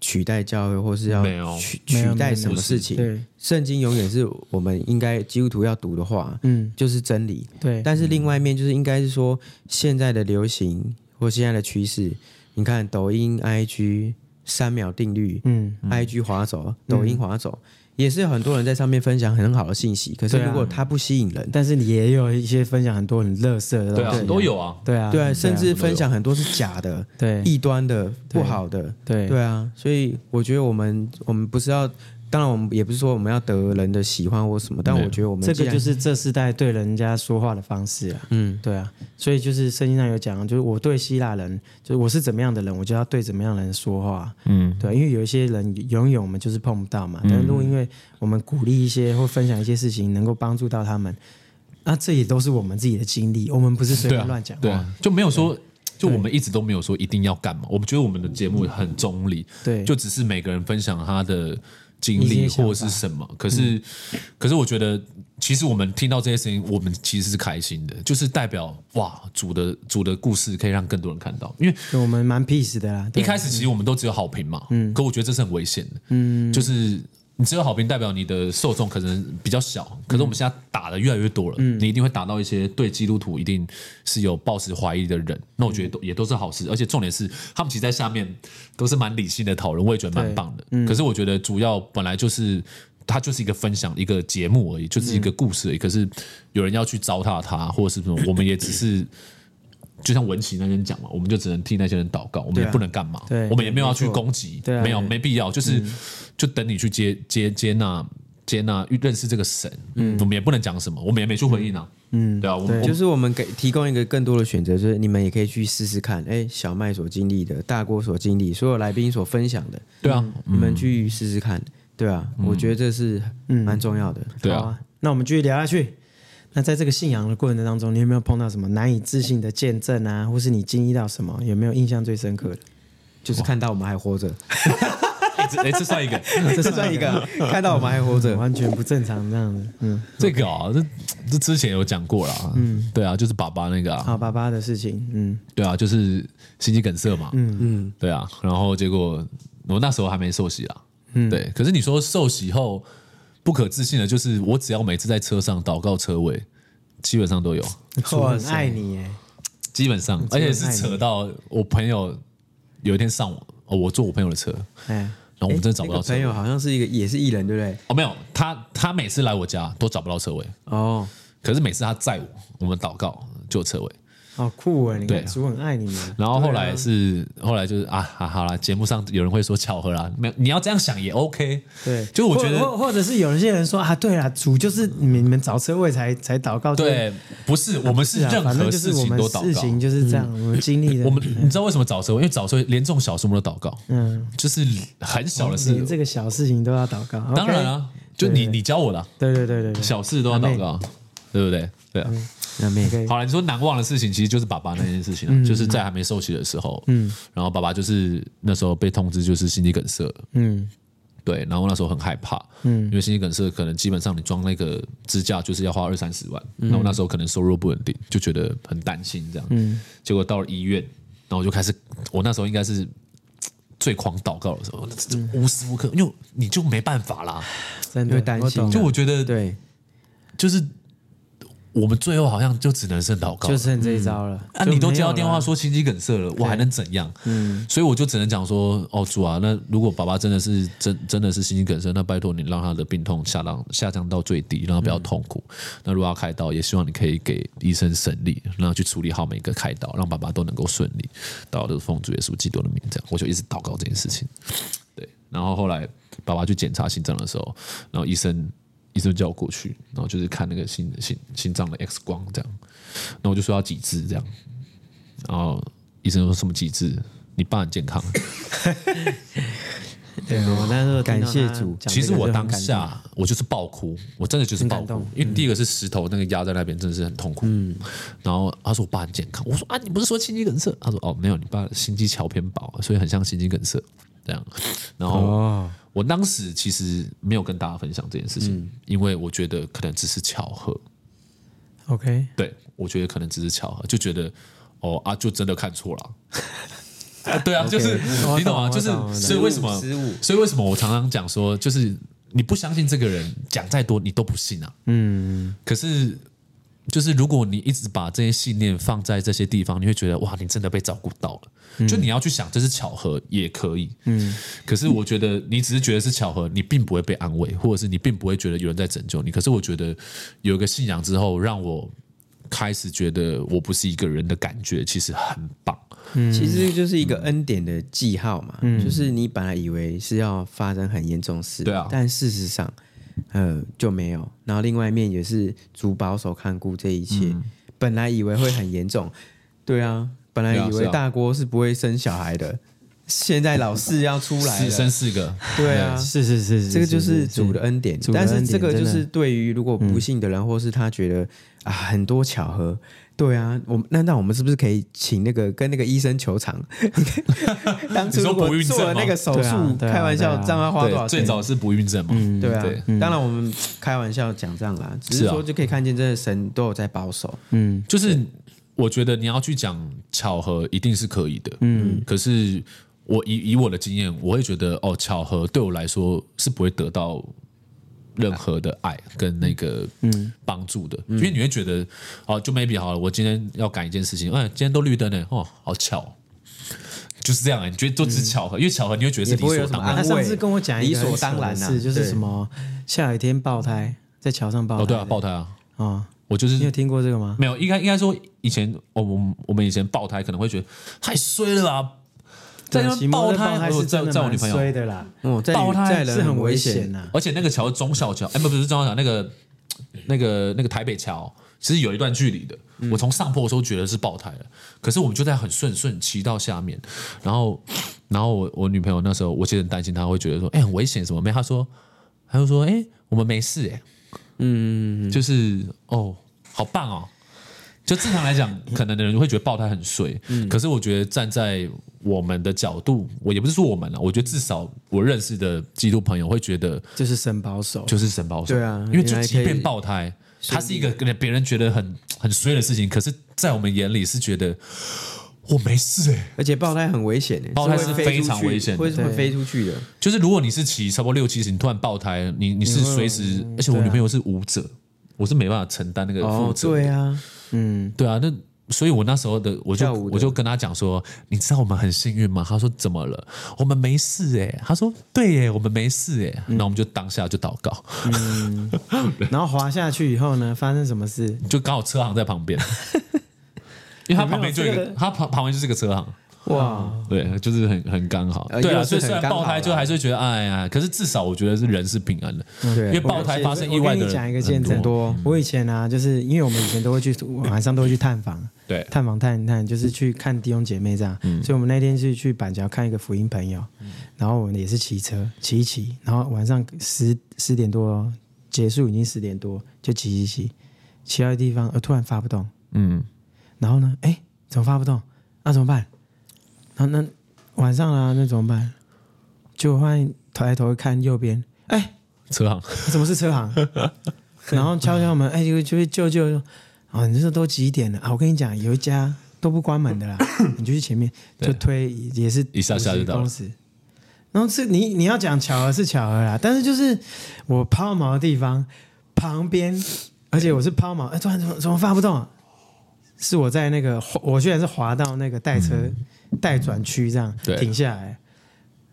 S2: 取代教会，或是要
S3: 没有
S2: 取
S1: 没有
S2: 取
S1: 没有
S2: 代什么事情。
S1: 对，
S2: 圣经永远是我们应该基督徒要读的话，
S1: 嗯，
S2: 就是真理。
S1: 对，
S2: 但是另外一面就是应该是说，现在的流行或现在的趋势，你看抖音、IG 三秒定律、
S1: 嗯，
S2: IG 滑走、抖音滑走，也是有很多人在上面分享很好的信息。可是
S1: 对啊嗯
S2: 如果它不吸引人，
S1: 但是也有一些分享很多很乐色的
S3: 对
S1: 东西、
S3: 啊，都。有啊。
S1: 对啊，
S2: 对
S1: 啊
S2: 啊，，甚至分享很多是假的、
S1: 对
S2: 异端的、不好的，
S1: 对
S2: 对啊。所以我觉得我们我们不是要，当然我们也不是说我们要得人的喜欢或什么，但
S3: 没有
S2: 我觉得我们
S1: 这
S2: 既
S1: 个
S2: 然
S1: 就是这世代对人家说话的方式啊。
S2: 嗯，
S1: 对啊，所以就是圣经上有讲，就是我对希腊人，就是我是怎么样的人，我就要对怎么样的人说话。嗯，对啊，因为有一些人永远我们就是碰不到
S3: 嗯
S1: 嘛，但是如果因为我们鼓励一些或分享一些事情，能够帮助到他们，那这也都是我们自己的经历，我们不是随
S3: 对
S1: 便
S3: 啊，
S1: 乱讲
S3: 对
S1: 话。
S3: 啊，就没有说。就我们一直都没有说一定要干嘛，我们觉得我们的节目很中立，
S1: 对
S3: 就只是每个人分享他的经
S1: 一些
S3: 历
S1: 想
S3: 或
S1: 法嗯
S3: 者是什么。可是，可是我觉得，其实我们听到这些事情，我们其实是开心的，就是代表哇，主的主的故事可以让更多人看到，因为
S1: 就我们蛮 peace 的啦。
S3: 一
S1: 对啊
S3: 开始其实我们都只有好评嘛，可我觉得这是很危险的，就是你只有好评代表你的受众可能比较小，可是我们现在打的越来越多了，你一定会打到一些对基督徒一定是有抱持怀疑的人，那我觉得都也都是好事，而且重点是他们其实在下面都是蛮理性的讨论，我也觉得蛮棒的，可是我觉得主要本来就是。它就是一个分享一个节目而已，就是一个故事而已。可是有人要去糟蹋它，或者是什么，我们也只是就像文琪那边讲嘛，我们就只能替那些人祷告，我们也不能干嘛，
S1: 对
S3: 我们也没有要去攻击，
S1: 对啊
S3: 没有
S1: 对
S3: 没必要，就是、就等你去接接接纳接纳认识这个神，嗯，我们也不能讲什么，我们也没去回应啊，嗯，对啊，我们我
S2: 就
S3: 们
S2: 是我们给提供一个更多的选择，就是你们也可以去试试看。哎，小麦所经历的，大锅所经历，所有来宾所分享的，嗯
S3: 对啊，
S2: 你们去试试看，对啊，我觉得这是蛮重要的。
S3: 对
S1: 好
S3: 啊，
S1: 啊，那我们继续聊下去。那在这个信仰的过程当中，你有没有碰到什么难以置信的见证啊，或是你经历到什么？有没有印象最深刻的？
S2: 就是看到我们还活着，
S3: 哎、这哎这算一个，
S2: 这算一个 看到我们还活 着。
S1: 完全不正常这样子。嗯，
S3: 这个啊，这这之前有讲过啦，嗯，对啊，就是爸爸那个啊，
S1: 好，爸爸的事情，嗯，
S3: 对啊，就是心肌梗塞嘛，嗯嗯，对啊，然后结果我那时候还没受洗啊，嗯，对，可是你说受洗后不可置信的，就是我只要每次在车上祷告车位，基本上都有，
S1: 主很爱你耶，
S3: 基本上，而且是扯到我朋友有一天上网，哦，我坐我朋友的车，
S1: 哎，
S3: 然后我们真的找
S2: 那
S3: 不
S2: 个
S3: 到车
S2: 朋
S3: 位，
S2: 友好像是一个也是艺人，对不对？
S3: 哦，没有，他他每次来我家都找不到车位，
S2: 哦，
S3: 可是每次他载我，我们祷告就有车位，
S1: 好酷啊！你
S3: 对
S1: 看，主很爱你们，
S3: 然后后来是、后来就是啊，好好啦，节目上有人会说巧合啦，没有，你要这样想也 OK。
S1: 对，
S3: 就我觉得
S1: 或或或者是有一些人说啊，对啦，主就是你们你们找车位才才祷告，
S3: 对，不是我们是
S1: 就是，是啊，
S3: 任
S1: 反
S3: 何
S1: 正就是
S3: 事
S1: 我
S3: 情
S1: 们
S3: 都
S1: 事
S3: 祷
S1: 情
S3: 告。嗯
S1: 就是这样，我们经历的，
S3: 我们你知道为什么找车位？因为找车位连这种小事我们都祷告，嗯，就是很小的
S1: 连
S3: 事，
S1: 这个小事情都要祷告，
S3: 当然
S1: 哦 OK，
S3: 啊，就你你教我的啊
S1: 对对对对对，
S3: 小事都要祷告，对不对？对啊，
S2: 那妹，
S1: OK
S3: 好了，你说难忘的事情，其实就是爸爸那件事情、啊，就是在还没受洗的时候，嗯，然后爸爸就是那时候被通知就是心肌梗塞，
S1: 嗯
S3: 对，然后那时候很害怕，嗯，因为心肌梗塞可能基本上你装那个支架就是要花二三十万，然后那时候可能收入不稳定，就觉得很担心这样，嗯，结果到了医院，然后我就开始，我那时候应该是。最狂祷告的时候，无时无刻，因为你就没办法啦。
S1: 真
S2: 因
S1: 的
S2: 为担心
S1: 我懂
S3: 就我觉得，
S2: 对，
S3: 就是我们最后好像就只能剩祷告
S1: 就
S3: 了，
S1: 剩这一招了。
S3: 啊，
S1: 就
S3: 你都
S1: 没
S3: 接
S1: 有
S3: 到
S1: 了
S3: 电话说心肌梗塞了，我还能怎样？嗯，所以我就只能讲说，哦主啊，那如果爸爸真的是真真的是心肌梗塞，那拜托你让他的病痛下降下降到最低，让他不要痛苦。那如果要开刀，也希望你可以给医生省力，让他去处理好每个开刀，让爸爸都能够顺利。祷告的奉主耶稣基督的名，这样我就一直祷告这件事情。对，然后后来爸爸去检查心脏的时候，然后医生医生叫我过去，然后就是看那个心心心脏的 X 光这样，然后我就说要几支这样，然后医生说什么几支？你爸很健康。
S1: 对，我那时候
S2: 哦感谢
S1: 听到他
S2: 主
S1: 讲这个
S3: 其实我
S1: 就很
S3: 当
S1: 感动
S3: 下我就是爆哭，我真的就是爆
S1: 很感
S3: 哭
S1: 动，嗯
S3: 因为第一个是石头那个压在那边，真的是很痛苦。然后他说我爸很健康，我说啊，你不是说心肌梗塞？他说哦，没有，你爸心肌桥偏薄，所以很像心肌梗塞这样。然后、
S1: 哦
S3: 我当时其实没有跟大家分享这件事情，
S1: 嗯
S3: 因为我觉得可能只是巧合，
S1: OK，
S3: 对我觉得可能只是巧合，就觉得哦啊，就真的看错了。 啊对啊，就是
S1: 我
S3: 你懂吗？
S1: 懂
S3: 就是
S1: 我懂我懂
S3: 所以为什么
S2: 失误
S3: 所以为什么我常常讲说，就是你不相信这个人，讲再多你都不信啊。嗯，可是就是如果你一直把这些信念放在这些地方，你会觉得哇，你真的被照顾到
S2: 嗯
S3: 了。就你要去想这是巧合也可以，嗯。可是我觉得你只是觉得是巧合，你并不会被安慰，或者是你并不会觉得有人在拯救你。可是我觉得有一个信仰之后，让我开始觉得我不是一个人的感觉，其实很棒。
S2: 其实就是一个恩典的记号嘛，就是你本来以为是要发生很严重的事，
S3: 对啊
S2: 但事实上，呃，就没有。然后另外一面也是主保守看顾这一切，本来以为会很严重，对啊，本来
S3: 对啊
S2: 以
S3: 是
S2: 为
S3: 啊
S2: 大锅是不会生小孩的，现在老四要出来
S3: 四
S2: 了
S3: 生，四个，
S2: 对啊，
S1: 是是是是，
S2: 这个就是主的
S1: 是
S2: 恩典
S1: 主，的
S2: 但是
S1: 恩典
S2: 这个就
S1: 真
S2: 是
S1: 的嗯
S2: 对于如果不信的人，或是他觉得啊很多巧合，对啊，我们那那我们是不是可以请那个跟那个医生 求偿？当初
S3: 你说
S2: 如果
S3: 不孕症
S2: 做了
S3: 吗
S2: 那个手
S1: 对啊
S2: 术，
S1: 对啊
S2: 开玩笑，
S1: 对啊嗯
S2: 这样要花多少
S3: 对，最
S2: 钱？
S3: 早是不孕症嘛，
S2: 对啊
S3: 对，
S2: 当然我们开玩笑讲这样啦，只是
S3: 是啊
S2: 说就可以看见真的神都有在保守，
S3: 就是我觉得你要去讲巧合，一定是可以的。嗯，可是我以以我的经验，我会觉得哦，巧合对我来说是不会得到任何的爱跟那个帮助的，因为你会觉得哦，就 maybe 好了，我今天要赶一件事情，哎，今天都绿灯呢，哦，好巧。就是这样啊，你觉得都只是巧合，因为巧合你会觉得是
S2: 也
S3: 理
S2: 不会
S3: 所
S2: 有什么
S3: 当然。
S1: 他
S2: 安
S1: 啊上
S2: 慰
S1: 次跟我讲一个
S2: 理所
S1: 很扯
S2: 当然
S1: 的
S2: 啊
S1: 事，就是
S2: 对
S1: 什么下雨天爆胎，在桥上爆胎。
S3: 哦，对啊，爆胎啊，
S1: 啊，
S3: 我就是
S1: 你有听过这个吗？
S3: 没有，应该应该说以前哦我们我们以前爆胎可能会觉得太衰了吧，在那
S1: 啊骑
S3: 边
S1: 摩托
S3: 爆
S1: 车
S3: 胎，
S1: 还
S3: 我
S1: 是
S3: 在
S1: 真的
S3: 在我女
S1: 蛮
S3: 朋
S1: 衰
S3: 友，
S1: 的啦，
S2: 哦，在
S3: 爆
S1: 嗯
S3: 胎
S2: 在
S1: 是
S2: 人
S1: 很危
S2: 危
S1: 险啊
S2: 呐，
S1: 呐。
S3: 而且那个桥是中小桥，哎不不是中小桥，那个那个那个台北桥，其实有一段距离的。我从上坡的时候觉得是爆胎了，可是我们就在很顺顺骑到下面，然后然后我我女朋友那时候我其实很担心，她会觉得说哎很危险什么没，她说她就说哎我们没事哎、嗯，就是哦好棒哦。就正常来讲，可能的人会觉得爆胎很水，可是我觉得站在我们的角度，我也不是说我们了，我觉得至少我认识的基督朋友会觉得，
S1: 就是神保守，
S3: 就是神保守，
S2: 对啊
S3: 因为就
S2: 你还
S3: 即
S2: 可
S3: 便
S2: 以
S3: 爆胎，它是一个可能别人觉得很很衰的事情，可是在我们眼里是觉得我没事哎、
S2: 而且爆胎很危险，
S3: 爆胎是
S2: 会
S3: 非
S2: 飞出
S3: 常
S2: 去
S3: 危险的
S2: 会是会
S1: 对
S2: 飞出去的，
S3: 就是如果你是骑差不多六七十，你突然爆胎，你你是随时，而且我女朋友是舞者，我是没办法承担那个负
S2: 嗯啊哦，
S3: 责的
S2: 对啊，
S3: 对啊，那所以我那时候的，我就
S2: 跳舞的
S3: 我就跟他讲说，你知道我们很幸运吗？他说怎么了？我们没事哎、他说对哎、我们没事哎、
S2: 嗯
S3: 那、我们就当下就祷告，
S1: 然后滑下去以后呢，发生什么事？
S3: 就刚好车行在旁边，因为他旁边就有一
S1: 有
S3: 个，
S1: 没有这个
S3: 他旁旁边就是个车行。
S2: 哇。
S1: 哦
S3: 对，就是很很刚好，
S2: 呃
S3: 对啊，
S2: 又是
S3: 所以虽然
S2: 很刚好
S3: 爆胎，
S2: 啦
S3: 就还是会觉得哎呀，可是至少我觉得是人是平安的，
S2: 对
S3: 因为爆胎发生意外
S1: 我
S3: 的
S1: 跟你讲一个见
S3: 人
S1: 证，
S3: 很多，
S1: 我以前啊，就是因为我们以前都会去晚上都会去探访，
S3: 对
S1: 探访探一探，就是去看弟兄姐妹这样。所以我们那天是去板桥看一个福音朋友，然后我们也是骑车骑一骑，然后晚上十十点多结束，已经十点多就骑骑骑，骑到一个地方，呃，突然发不动，
S3: 嗯，
S1: 然后呢，哎，怎么发不动？那、怎么办？然后那晚上啦、那怎么办？就发现抬头一看右边，哎，
S3: 车行，
S1: 什么是车行？ 然后敲敲门，哎，就就会舅舅说，哦，你这都几点了啊？我跟你讲，有一家都不关门的 啦，你就去前面就推，也是
S3: 一下下就到了
S1: 公司。然后是你你要讲巧合是巧合啦，但是就是我抛锚的地方旁边，而且我是抛锚，哎，突然怎么怎么发不动、啊？是我在那个滑我居然是滑到那个待车待转区这样
S3: 嗯对
S1: 停下来，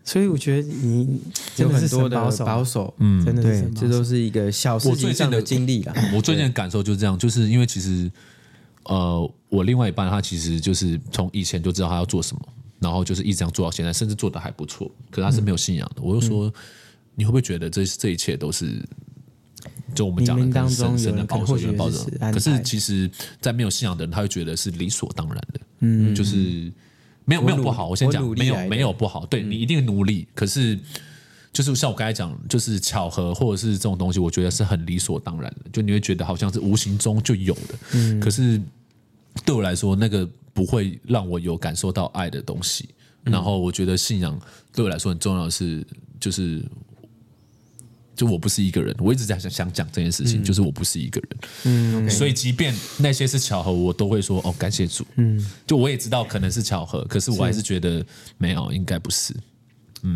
S1: 所以我觉得你
S2: 有
S1: 真的
S2: 很
S1: 是
S2: 多
S1: 神
S2: 的
S1: 保守，
S2: 保守，
S1: 嗯，真的是
S2: 对
S1: 神，保
S2: 这
S1: 守
S2: 都是一个小事
S3: 我
S2: 情
S3: 最
S2: 上
S3: 近
S2: 的
S3: 的
S2: 经历啦。
S3: 嗯我最近的感受就是这样，就是因为其实，呃，我另外一半他其实就是从以前就知道他要做什么，然后就是一直这样做到现在，甚至做的还不错，可是他是没有信仰的。
S1: 嗯
S3: 我就说，你会不会觉得这这一切都是？就我们讲的
S1: 冥冥
S3: 可能
S1: 当中
S3: 神神
S1: 有
S3: 的
S1: 人可能
S3: 保守，
S1: 或许
S3: 有人保
S1: 也
S3: 守
S1: 是安。排
S3: 可是其实，在没有信仰的人，他会觉得是理所当然的。嗯，就是没有没有不好，我先讲
S2: 我努，力
S3: 没有
S2: 来的嗯
S3: 没有不好，对你一定努力。可是就是像我刚才讲，就是巧合或者是这种东西，我觉得是很理所当然的，就你会觉得好像是无形中就有的。
S2: 嗯
S3: 可是对我来说，那个不会让我有感受到爱的东西。
S2: 嗯
S3: 然后我觉得信仰对我来说很重要的是，就是就我不是一个人，我一直在想想讲这件事情，就是我不是一个人。嗯，所以即便那些是巧合，我都会说哦，感谢主。嗯，就我也知道可能是巧合，可是我还是觉得没有，应该不是。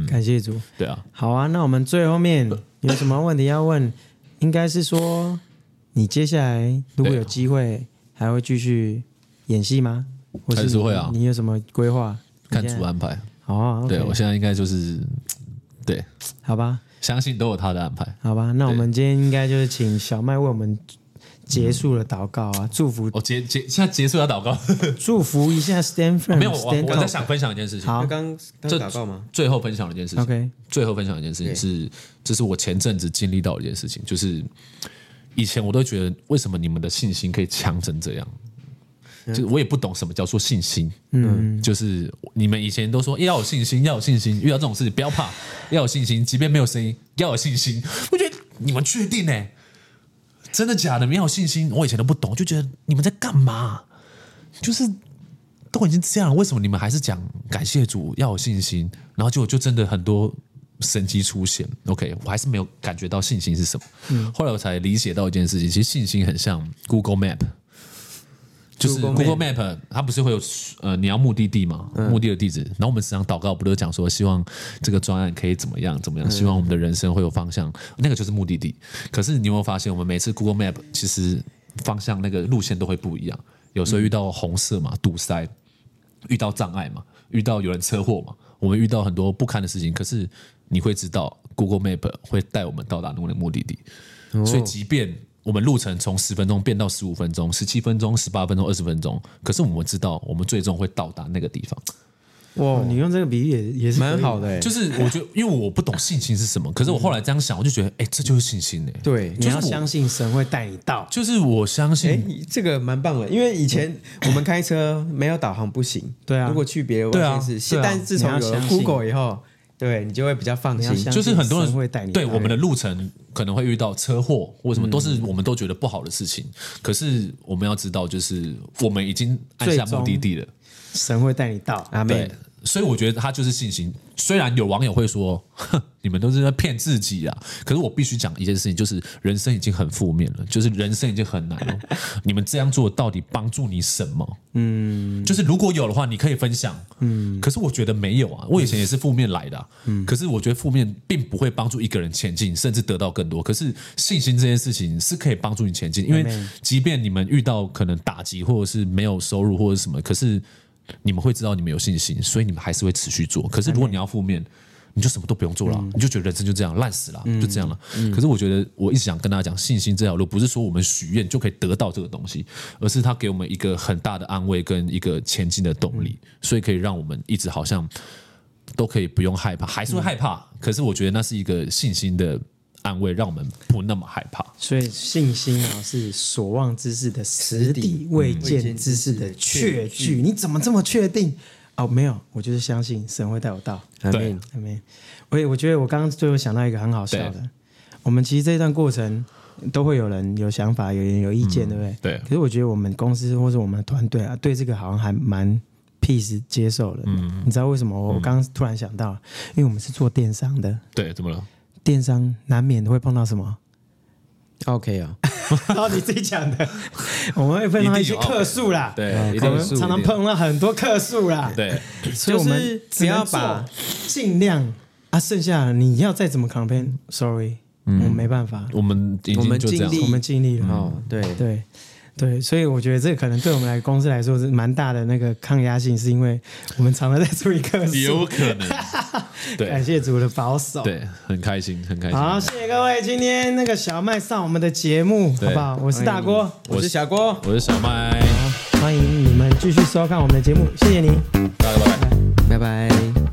S1: 感谢主。
S3: 对啊，
S1: 好啊，那我们最后面
S3: 呃
S1: 有什么问题要问？应该是说，你接下来如果有机会，还会继续演戏吗？或
S3: 还是会啊
S1: 你你有什么规划？
S3: 看
S1: 你现
S3: 主
S1: 在。
S3: 安排。
S1: 好啊，
S3: 对
S1: OK
S3: 我现在应该就是对，
S1: 好吧，
S3: 相信都有他的安排。
S1: 好吧，那我们今天应该就是请小麦为我们结束了祷告啊，祝福
S3: 我哦结结现在结束要祷告，
S1: 祝福一下 Stanford，
S3: 没有我
S1: Stanford
S3: 我在想分享一件事情。
S1: 好
S2: 那刚刚
S3: 这
S2: 祷告吗？
S3: 最后分享一件事情。
S1: OK，
S3: 最后分享一件事情是，这是我前阵子经历到的一件事情，就是以前我都觉得为什么你们的信心可以强成这样，就是我也不懂什么叫做信心。嗯，就是你们以前都说哎要有信心，要有信心，遇到这种事情不要怕，要有信心，即便没有声音，要有信心。我觉得你们确定呢、欸真的假的？没有信心，我以前都不懂，就觉得你们在干嘛？就是都已经这样了，为什么你们还是讲感谢主要有信心？然后结果就真的很多神迹出现。OK，我还是没有感觉到信心是什么。后来我才理解到一件事情，其实信心很像 Google Map。就是
S2: Google
S3: Google Map，它不是会有呃，你要目的地嘛，目的的地址。然后我们时常祷告，不都讲说希望这个专案可以怎么样怎么样，希望我们的人生会有方向，那个就是目的地。可是你有没有发现，我们每次 Google Map 其实方向那个路线都会不一样，有时候遇到红色嘛，堵塞，遇到障碍嘛，遇到有人车祸嘛，我们遇到很多不堪的事情，可是你会知道 Google Map 会带我们到达那个目的地，
S1: 哦
S3: 所以即便我们路程从十分钟变到十五分钟、十七分钟、十八分钟、二十分钟，可是我们知道我们最终会到达那个地方。
S1: 哇，哦你用这个比喻也也是
S2: 蛮
S1: 可以
S2: 好的，欸，
S3: 就是我觉得，因为我不懂信心是什么，可是我后来这样想，我就觉得，哎、这就是信心哎、
S2: 对
S1: 你要
S3: 就是我
S1: 相信神会带你到，
S3: 就是我相
S2: 哎
S3: 信，
S2: 这个蛮棒的，因为以前我们开车没有导航不行。
S1: 对啊
S2: 如果去别的
S3: 对啊
S2: 外县市
S3: 对，啊
S2: 但是自从有
S1: 你要
S2: 了
S1: 相信
S2: Google 以后，对你就会比较放
S1: 你要
S2: 心
S1: 相。
S3: 就是很多人
S1: 神会带你到
S3: 对我们的路程可能会遇到车祸或什么，都是我们都觉得不好的事情。可是我们要知道，就是我们已经按下
S1: 最终
S3: 目的地了，
S1: 神会带你到。
S2: 阿妹
S3: 对，。所以我觉得他就是信心。虽然有网友会说，哼，你们都是在骗自己啊，可是我必须讲一件事情，就是人生已经很负面了，就是人生已经很难 了。你们这样做到底帮助你什么？就是如果有的话，你可以分享。嗯，可是我觉得没有啊，我以前也是负面来的啊、嗯，可是我觉得负面并不会帮助一个人前进，甚至得到更多。可是信心这件事情是可以帮助你前进，因为即便你们遇到可能打击或者是没有收入或者什么，可是你们会知道你们有信心，所以你们还是会持续做。可是如果你要负面，你就什么都不用做了啊，
S2: 嗯
S3: 你就觉得人生就这样烂死了啊，就这样了。可是我觉得，我一直想跟大家讲，信心这条路不是说我们许愿就可以得到这个东西，而是它给我们一个很大的安慰跟一个前进的动力，
S2: 嗯
S3: 所以可以让我们一直好像都可以不用害怕，还是会害怕。
S2: 嗯
S3: 可是我觉得那是一个信心的安慰，让我们不那么害怕。
S1: 所以信心啊是所望之事的实底嗯
S2: 底，
S1: 未见之事的确据。你怎么这么确定？哦，没有，我就是相信神会带我到。
S2: 阿
S3: 对
S2: 妹，
S1: 还没，我也我觉得我刚刚最后想到一个很好笑的，我们其实这段过程都会有人有想法，有人有意见，对不嗯对？
S3: 对
S1: 可是我觉得我们公司或者我们团队啊，对这个好像还蛮 peace 接受的。嗯，你知道为什么？我刚刚突然想到，因为我们是做电商的，
S3: 对，怎么了？
S1: 电商难免会碰到什么？
S2: OK 啊，
S1: 哦，你自己讲的，我们会碰到一些客诉啦，
S3: 对一定
S1: 我们
S3: 是
S1: 常常
S3: 一定
S1: 碰到很多客诉啦，，
S3: 对，
S1: 所以我们
S2: 就是
S1: 只能
S2: 不要
S1: 做
S2: 把
S1: 尽量啊，剩下的你要再怎么 complain，sorry，我
S3: 嗯
S1: 没办法，
S3: 我们已
S2: 我
S3: 经
S2: 们
S3: 就这样
S2: 尽力
S1: 我们尽力了，
S2: 哦，对，
S1: 对对，所以我觉得这个可能对我们来公司来说是蛮大的那个抗压性，是因为我们常常在处理客
S3: 也
S1: 诉。
S3: 有可能，
S1: 感
S3: 对
S1: 谢主的保守。
S3: 对，很开心，很开
S1: 好，
S3: 心。
S1: 谢谢各位，今天那个小麦上我们的节目，好
S3: 对
S1: 不好？我是大锅，
S2: 我是小郭。
S3: 我是小麦，
S1: 欢迎你们继续收看我们的节目，谢谢您。
S3: 大家拜拜。
S2: 拜拜。